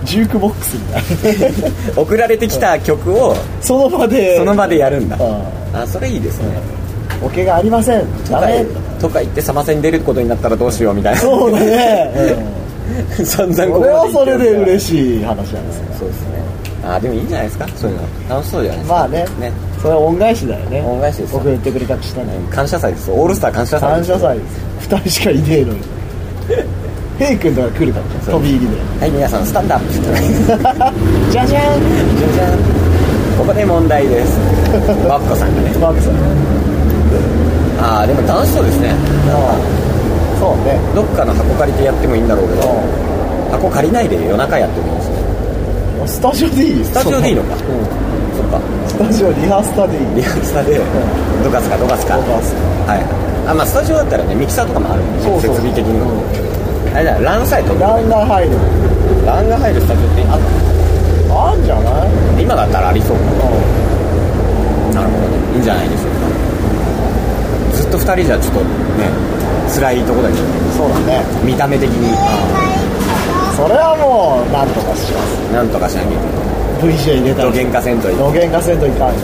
Speaker 2: ジュークボックスみたいな
Speaker 1: 送られてきた曲を
Speaker 2: その場で
Speaker 1: その場でやるんだ
Speaker 2: う
Speaker 1: あそれいいですね
Speaker 2: んおけがありません
Speaker 1: と
Speaker 2: ダ
Speaker 1: か
Speaker 2: メ
Speaker 1: とか言ってサマセンに出ることになったらどうしようみたいな
Speaker 2: そうね、
Speaker 1: 散々
Speaker 2: うん、
Speaker 1: こ
Speaker 2: そ
Speaker 1: こ
Speaker 2: れは
Speaker 1: ま
Speaker 2: それで嬉
Speaker 1: しい
Speaker 2: しい話なんですよ
Speaker 1: そうですねあでもいいんじゃないですかそういうの楽しそうじゃないですか
Speaker 2: まあね
Speaker 1: ね
Speaker 2: それは恩返しだよね
Speaker 1: 恩返しですよ
Speaker 2: 僕言ってくれたくしたね
Speaker 1: 感謝祭ですよオールスター感謝祭
Speaker 2: 感
Speaker 1: です
Speaker 2: 謝祭です2人しかいねえのにヘイ君とか来るから
Speaker 1: そう
Speaker 2: 飛び入りで
Speaker 1: はい皆さんスタンダップじ
Speaker 2: じゃじゃん
Speaker 1: ゃじゃんここで問題 ですバッコさんがね
Speaker 2: マークさん
Speaker 1: ああでも楽しそうですね
Speaker 2: そうね
Speaker 1: どっかの箱借りてやってもいいんだろうけど箱借りないで夜中やってもいいですね
Speaker 2: スタジオでいいよス
Speaker 1: スタジオでいいのかそっか
Speaker 2: スタジオリハスタでいい
Speaker 1: リハスタで
Speaker 2: ん
Speaker 1: どかすかどかすか
Speaker 2: どかすか
Speaker 1: はいあまあスタジオだったらねミキサーとかもあるんで
Speaker 2: そうそう
Speaker 1: 設備的にもあれだランサイト
Speaker 2: ランナー入る
Speaker 1: ランが入るスタジオってあ
Speaker 2: あんじゃない
Speaker 1: 今だったらありそうかなるほどねいいんじゃないでしょうかずっと2人じゃちょっとね辛いとこだけど
Speaker 2: そうだね
Speaker 1: 見た目的に
Speaker 2: それはもうなんとかします
Speaker 1: なんとかしなきゃいけない
Speaker 2: VJ 入れた
Speaker 1: ど
Speaker 2: り
Speaker 1: げんかせんとい
Speaker 2: 土幻化せんといかんあ
Speaker 1: はい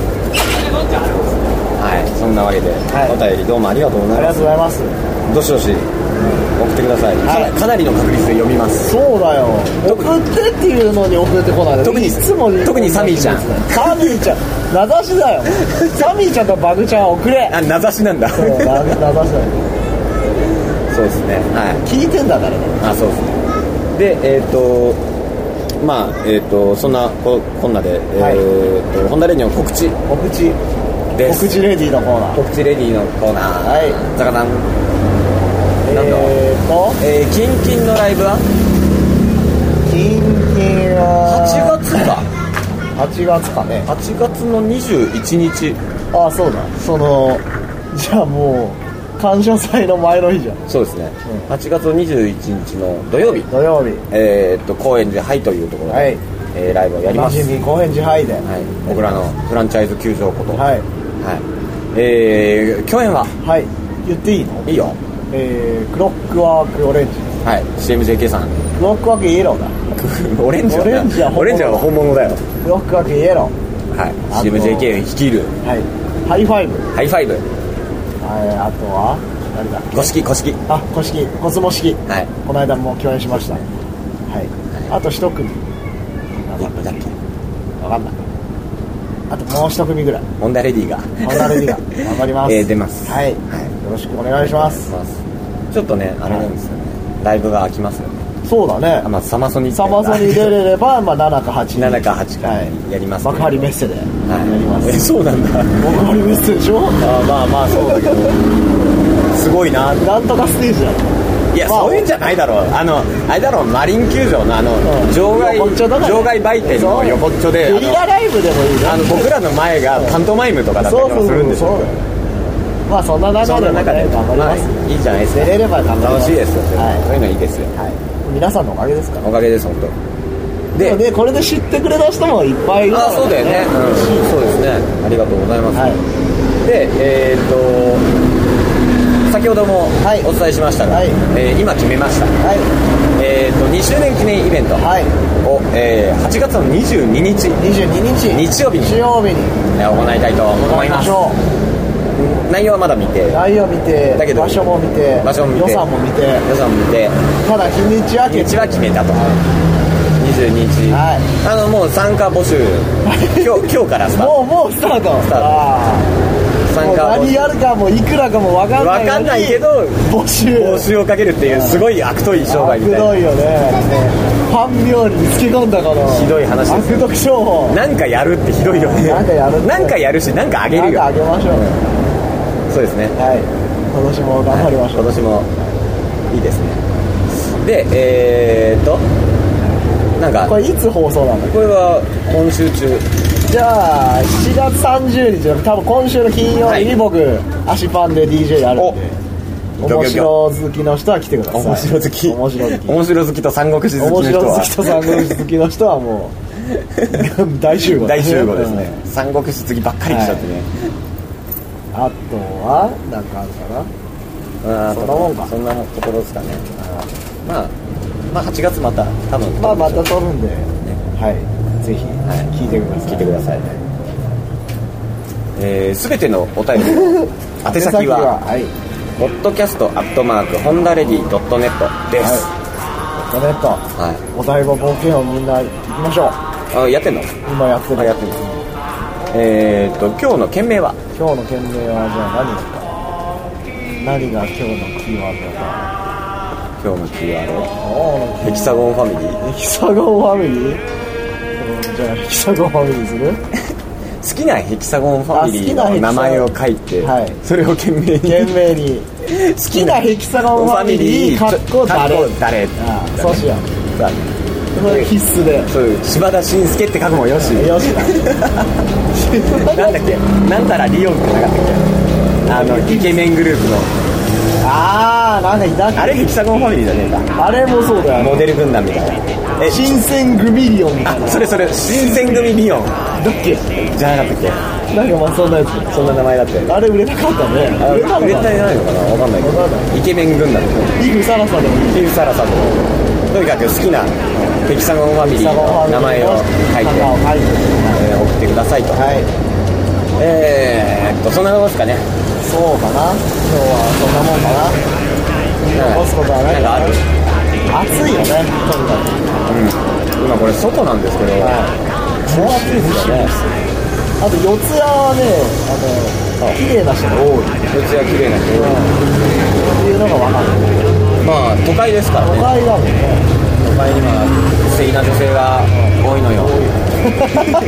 Speaker 1: そんなわけで、
Speaker 2: はい
Speaker 1: お便りどうもありがとうご
Speaker 2: り
Speaker 1: ざいま
Speaker 2: がとう
Speaker 1: す
Speaker 2: ございます
Speaker 1: どしどし送ってください、
Speaker 2: はい
Speaker 1: かなりの確率で読みます
Speaker 2: そうだよ送ってっていうのに送ってこないで
Speaker 1: 特に
Speaker 2: いつも
Speaker 1: 特にサミーちゃん
Speaker 2: サミーちゃん名指しだよサミーちゃんとバグちゃんは送れ
Speaker 1: あ名指しなんだそ
Speaker 2: そう名指しだよ
Speaker 1: そうですねはい
Speaker 2: 聞いてんだからね
Speaker 1: あそうですねでえっ、とまあえっ、とそんなここんなで、えっ、
Speaker 2: はい
Speaker 1: とホンダレディの告知
Speaker 2: お口
Speaker 1: です
Speaker 2: お口レディーのコーナー
Speaker 1: 告知レディのコーナー
Speaker 2: はい
Speaker 1: ザカタンなんだ
Speaker 2: えーと
Speaker 1: えー、キンキンのライブは
Speaker 2: 近々
Speaker 1: 8
Speaker 2: は
Speaker 1: 月か
Speaker 2: 8月かね
Speaker 1: 8月の21日
Speaker 2: ああそうだそのじゃあもう感謝祭の前の日じゃん
Speaker 1: そうですね、8月の21日の土曜日
Speaker 2: 土曜日
Speaker 1: えーっと高円寺ハイというところで、
Speaker 2: はい
Speaker 1: えーライブをやり
Speaker 2: マ
Speaker 1: ます
Speaker 2: ジに高円寺ハイでは
Speaker 1: はい、僕らのフランチャイズ球場こと
Speaker 2: はい、
Speaker 1: はいえー、去年はい
Speaker 2: 言っていいの
Speaker 1: いいよ
Speaker 2: えー、クロックワークオレンジ
Speaker 1: はい CMJK さん
Speaker 2: クロックワークイエローだ
Speaker 1: オレンジは
Speaker 2: オレンジは本物
Speaker 1: オレンジは本物だよ
Speaker 2: クロックワークイエロ
Speaker 1: はい
Speaker 2: あと
Speaker 1: CMJK 率いる
Speaker 2: ーはいハイファイブ
Speaker 1: ハイファイブ
Speaker 2: はいあとは誰だ
Speaker 1: 五色五色
Speaker 2: あ古式コスモ式
Speaker 1: はい
Speaker 2: この間も共演しましたはいあと一組
Speaker 1: やっだっけ
Speaker 2: わかんないあともう一組ぐ らい
Speaker 1: ホンダレディが
Speaker 2: ホンダレディが 頑張ります、
Speaker 1: えー出ます
Speaker 2: はい、よろしくお願いします
Speaker 1: ちょっとねあれなんですよねライブが空きますよね
Speaker 2: そうだね
Speaker 1: あまあサマソニ
Speaker 2: サマソに 出れれば、まあ、7か8
Speaker 1: 7か8か
Speaker 2: はい
Speaker 1: やりますね
Speaker 2: 幕張メッセでやりま
Speaker 1: はいえ
Speaker 2: す
Speaker 1: そうなんだ
Speaker 2: 幕張メッセでしょ
Speaker 1: あまあまあそうだけどすごいな
Speaker 2: なんとかステージだろ
Speaker 1: いや、
Speaker 2: まあ
Speaker 1: そういうんじゃないだろうあのあれだろうマリン球場のあの、
Speaker 2: うん
Speaker 1: 場外
Speaker 2: 横っちょだから
Speaker 1: 場外売店の横っちょであ
Speaker 2: ゲリラ
Speaker 1: の
Speaker 2: ライブでもいいな
Speaker 1: あの僕らの前がパントマイムとかだったり
Speaker 2: そ
Speaker 1: と
Speaker 2: う
Speaker 1: か
Speaker 2: そう
Speaker 1: す
Speaker 2: そ
Speaker 1: るん
Speaker 2: う
Speaker 1: でし
Speaker 2: そう
Speaker 1: ょ
Speaker 2: だよまあそんな中
Speaker 1: そん
Speaker 2: で
Speaker 1: な
Speaker 2: も、ね、
Speaker 1: 中で、
Speaker 2: 頑張り
Speaker 1: ま
Speaker 2: ま
Speaker 1: あ、
Speaker 2: す、
Speaker 1: いいじゃないですか
Speaker 2: 出れれば頑張ります
Speaker 1: 楽しいですよ、
Speaker 2: はい
Speaker 1: そういうのいいですよ
Speaker 2: はい、皆さんのおかげですから
Speaker 1: おかげです本当
Speaker 2: で
Speaker 1: で
Speaker 2: もねこれで知ってくれた人もいっぱいいるから
Speaker 1: あそうだよね、うん、そうですねありがとうございます、
Speaker 2: は
Speaker 1: でえー、っと先ほども
Speaker 2: はい
Speaker 1: お伝えしましたが、
Speaker 2: はい
Speaker 1: えー今決めました、
Speaker 2: いはい
Speaker 1: えー、っと2周年記念イベントを、
Speaker 2: はい
Speaker 1: えー8月の22日
Speaker 2: 22日
Speaker 1: 日曜日に
Speaker 2: 日曜日に
Speaker 1: えー行いたいと思います
Speaker 2: 行いましょう
Speaker 1: 内容はまだ見て予
Speaker 2: 内容見て
Speaker 1: だけど
Speaker 2: 場所も見て
Speaker 1: 場所も見て
Speaker 2: 予算も見て
Speaker 1: 算見て
Speaker 2: ただ日にちは
Speaker 1: 日
Speaker 2: 決
Speaker 1: にちは決めたと22日、
Speaker 2: はい
Speaker 1: あのもう参加 募集今日今日からスター
Speaker 2: も
Speaker 1: ト
Speaker 2: うもうスタート
Speaker 1: スタート
Speaker 2: あー
Speaker 1: 参
Speaker 2: もう
Speaker 1: 加募
Speaker 2: 何
Speaker 1: 集
Speaker 2: やるかもいくらかも分かんな
Speaker 1: 分
Speaker 2: いのに
Speaker 1: かんないけど
Speaker 2: 募集
Speaker 1: 募集をかけるっていうすごい悪とい商売
Speaker 2: 悪
Speaker 1: みたい
Speaker 2: ど
Speaker 1: ない
Speaker 2: よねファン妙につけ込んだこの
Speaker 1: ひどい話です
Speaker 2: 悪徳商法
Speaker 1: なんかやるってひどいよね
Speaker 2: なんかやる
Speaker 1: なんかやるしなんかあげるよ
Speaker 2: なんかあげましょうよ
Speaker 1: そうですね
Speaker 2: はい今年も頑張りましょ
Speaker 1: 今
Speaker 2: う
Speaker 1: 年もいいですねでえー、っとなんか
Speaker 2: これいつ放送なんだっけ
Speaker 1: これは今週中
Speaker 2: じゃあ7月30日多分今週の金曜日
Speaker 1: は
Speaker 2: に
Speaker 1: い
Speaker 2: 僕、足パンで DJ やるんで面白好きの人は来てください
Speaker 1: 面白好き
Speaker 2: 面白好き
Speaker 1: 面白好きと三国志好
Speaker 2: 面
Speaker 1: きの人
Speaker 2: 白
Speaker 1: は
Speaker 2: 好きと三国志好きの人はも う大集合
Speaker 1: 大集合ですね、三国志好きばっかり来ちゃってね、
Speaker 2: うんあとはなんかあるかな
Speaker 1: あー
Speaker 2: そんなもんか
Speaker 1: そんなところですかねまあまあ8月また多分
Speaker 2: まあまた撮るんで、はいぜひ聞いてください、
Speaker 1: 聞いてくださいえー、全てのお便りの宛先 は
Speaker 2: はい
Speaker 1: 「ポッドキャストアットマークホンダレディ .net」です、
Speaker 2: コメント、
Speaker 1: は
Speaker 2: お台場冒険をみんな行きましょう
Speaker 1: あやってんの
Speaker 2: 今やってる
Speaker 1: あやってるえー、っと今日の件名は
Speaker 2: 今日の件名はじゃあ何だった何が今日のキーワードだった
Speaker 1: 今日のキーワー
Speaker 2: 今
Speaker 1: ドヘキサゴンファミリー
Speaker 2: 日のヘキサゴンファミリー、うんじゃあヘキサゴンファミリーす る
Speaker 1: 好きなヘキサゴンファミリー
Speaker 2: あ好きなヘ
Speaker 1: の
Speaker 2: キサ
Speaker 1: 名前を書いて、
Speaker 2: はい
Speaker 1: それを懸命に
Speaker 2: 懸命に
Speaker 1: 好
Speaker 2: 好きなヘキサゴンファミリーかっこ誰
Speaker 1: かっこ誰
Speaker 2: ああそうしよ
Speaker 1: だ
Speaker 2: うそれ必須で
Speaker 1: そういう柴田伸介って書くもよし
Speaker 2: よしだ
Speaker 1: なんだっけなんたらリオンってなかったっけあのイケメングループの
Speaker 2: ああなんかいたっけ
Speaker 1: あれヘキサゴンファミリーじゃねえか
Speaker 2: あれもそうだよ
Speaker 1: モデル軍団みたいなえ
Speaker 2: 新選組リオンみたいな
Speaker 1: あそれそれ新選組リオン
Speaker 2: だっけ
Speaker 1: じゃなかったっ
Speaker 2: なんかまあそんなやつ
Speaker 1: けそんな名前だって
Speaker 2: あれ売れなかったね
Speaker 1: あ
Speaker 2: 売れたの
Speaker 1: 売れ
Speaker 2: か
Speaker 1: たんじゃないのかなわかんないけ
Speaker 2: わかん
Speaker 1: どイケメン軍団って
Speaker 2: イグサラサでもいい
Speaker 1: ヒルサラさんのとにかく好きなヘキサゴンファミリーの名前を書いて、
Speaker 2: 名前を書いて
Speaker 1: えー送ってくださいと、
Speaker 2: はい
Speaker 1: えーっとそんなとこですかね
Speaker 2: そうかな今日はそんなもんかな残すことはない
Speaker 1: なんかある
Speaker 2: 暑いよねとにかく
Speaker 1: 今これ外なんですけど、
Speaker 2: もう暑いですよねあと四ツ谷はねあの綺麗な人が多いっ
Speaker 1: こっちは綺麗な人多い
Speaker 2: ていうのが分かる
Speaker 1: まあ都会ですから
Speaker 2: 都
Speaker 1: ね
Speaker 2: 会だもんね
Speaker 1: 都会には素敵な女性が多いのよ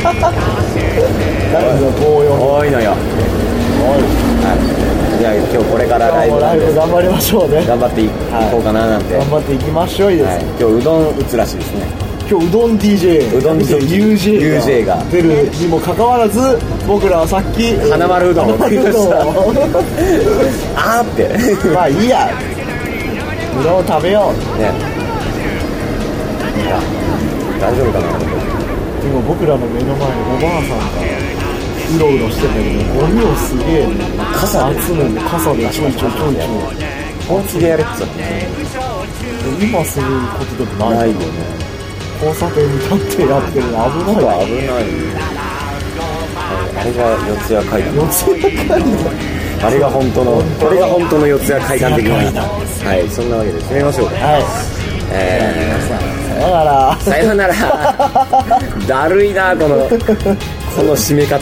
Speaker 2: なんか紅葉
Speaker 1: 多いのよはいじゃあ今日これからライ
Speaker 2: も
Speaker 1: ブな
Speaker 2: ラ
Speaker 1: ん
Speaker 2: イ
Speaker 1: で
Speaker 2: ブ頑張りましょうね
Speaker 1: 頑張っていこうかななんて、は
Speaker 2: 頑張っていきましょういいです、
Speaker 1: い、今日うどん打つらしいですね
Speaker 2: 今日うどん DJ
Speaker 1: うどん DJ UJ
Speaker 2: UJ
Speaker 1: が
Speaker 2: が出るにもかかわらず僕らはさっき
Speaker 1: 花丸うどんを
Speaker 2: 花
Speaker 1: 食い
Speaker 2: 丸
Speaker 1: ま
Speaker 2: う
Speaker 1: し
Speaker 2: どん
Speaker 1: た
Speaker 2: を
Speaker 1: あーって
Speaker 2: まあいいやうどんを食べよう
Speaker 1: ねいや大丈夫かな
Speaker 2: 今僕らの目の前におばあさんがうろうろしてたけどゴミをすげえ
Speaker 1: 傘で
Speaker 2: 集めて傘でちょいちょいちょいちょい
Speaker 1: 本気でやれっつったね
Speaker 2: 今することでもな
Speaker 1: ない
Speaker 2: い
Speaker 1: よね
Speaker 2: 交差点に立ってやってるの危ないわ
Speaker 1: 危ないあれが四谷階段
Speaker 2: 四つ谷階段
Speaker 1: あれが本当のこれが本当の四谷階段的なはいそんなわけで締めましょうか
Speaker 2: はい
Speaker 1: え
Speaker 2: さよなら
Speaker 1: ー、さようならだるいなこのこの締め方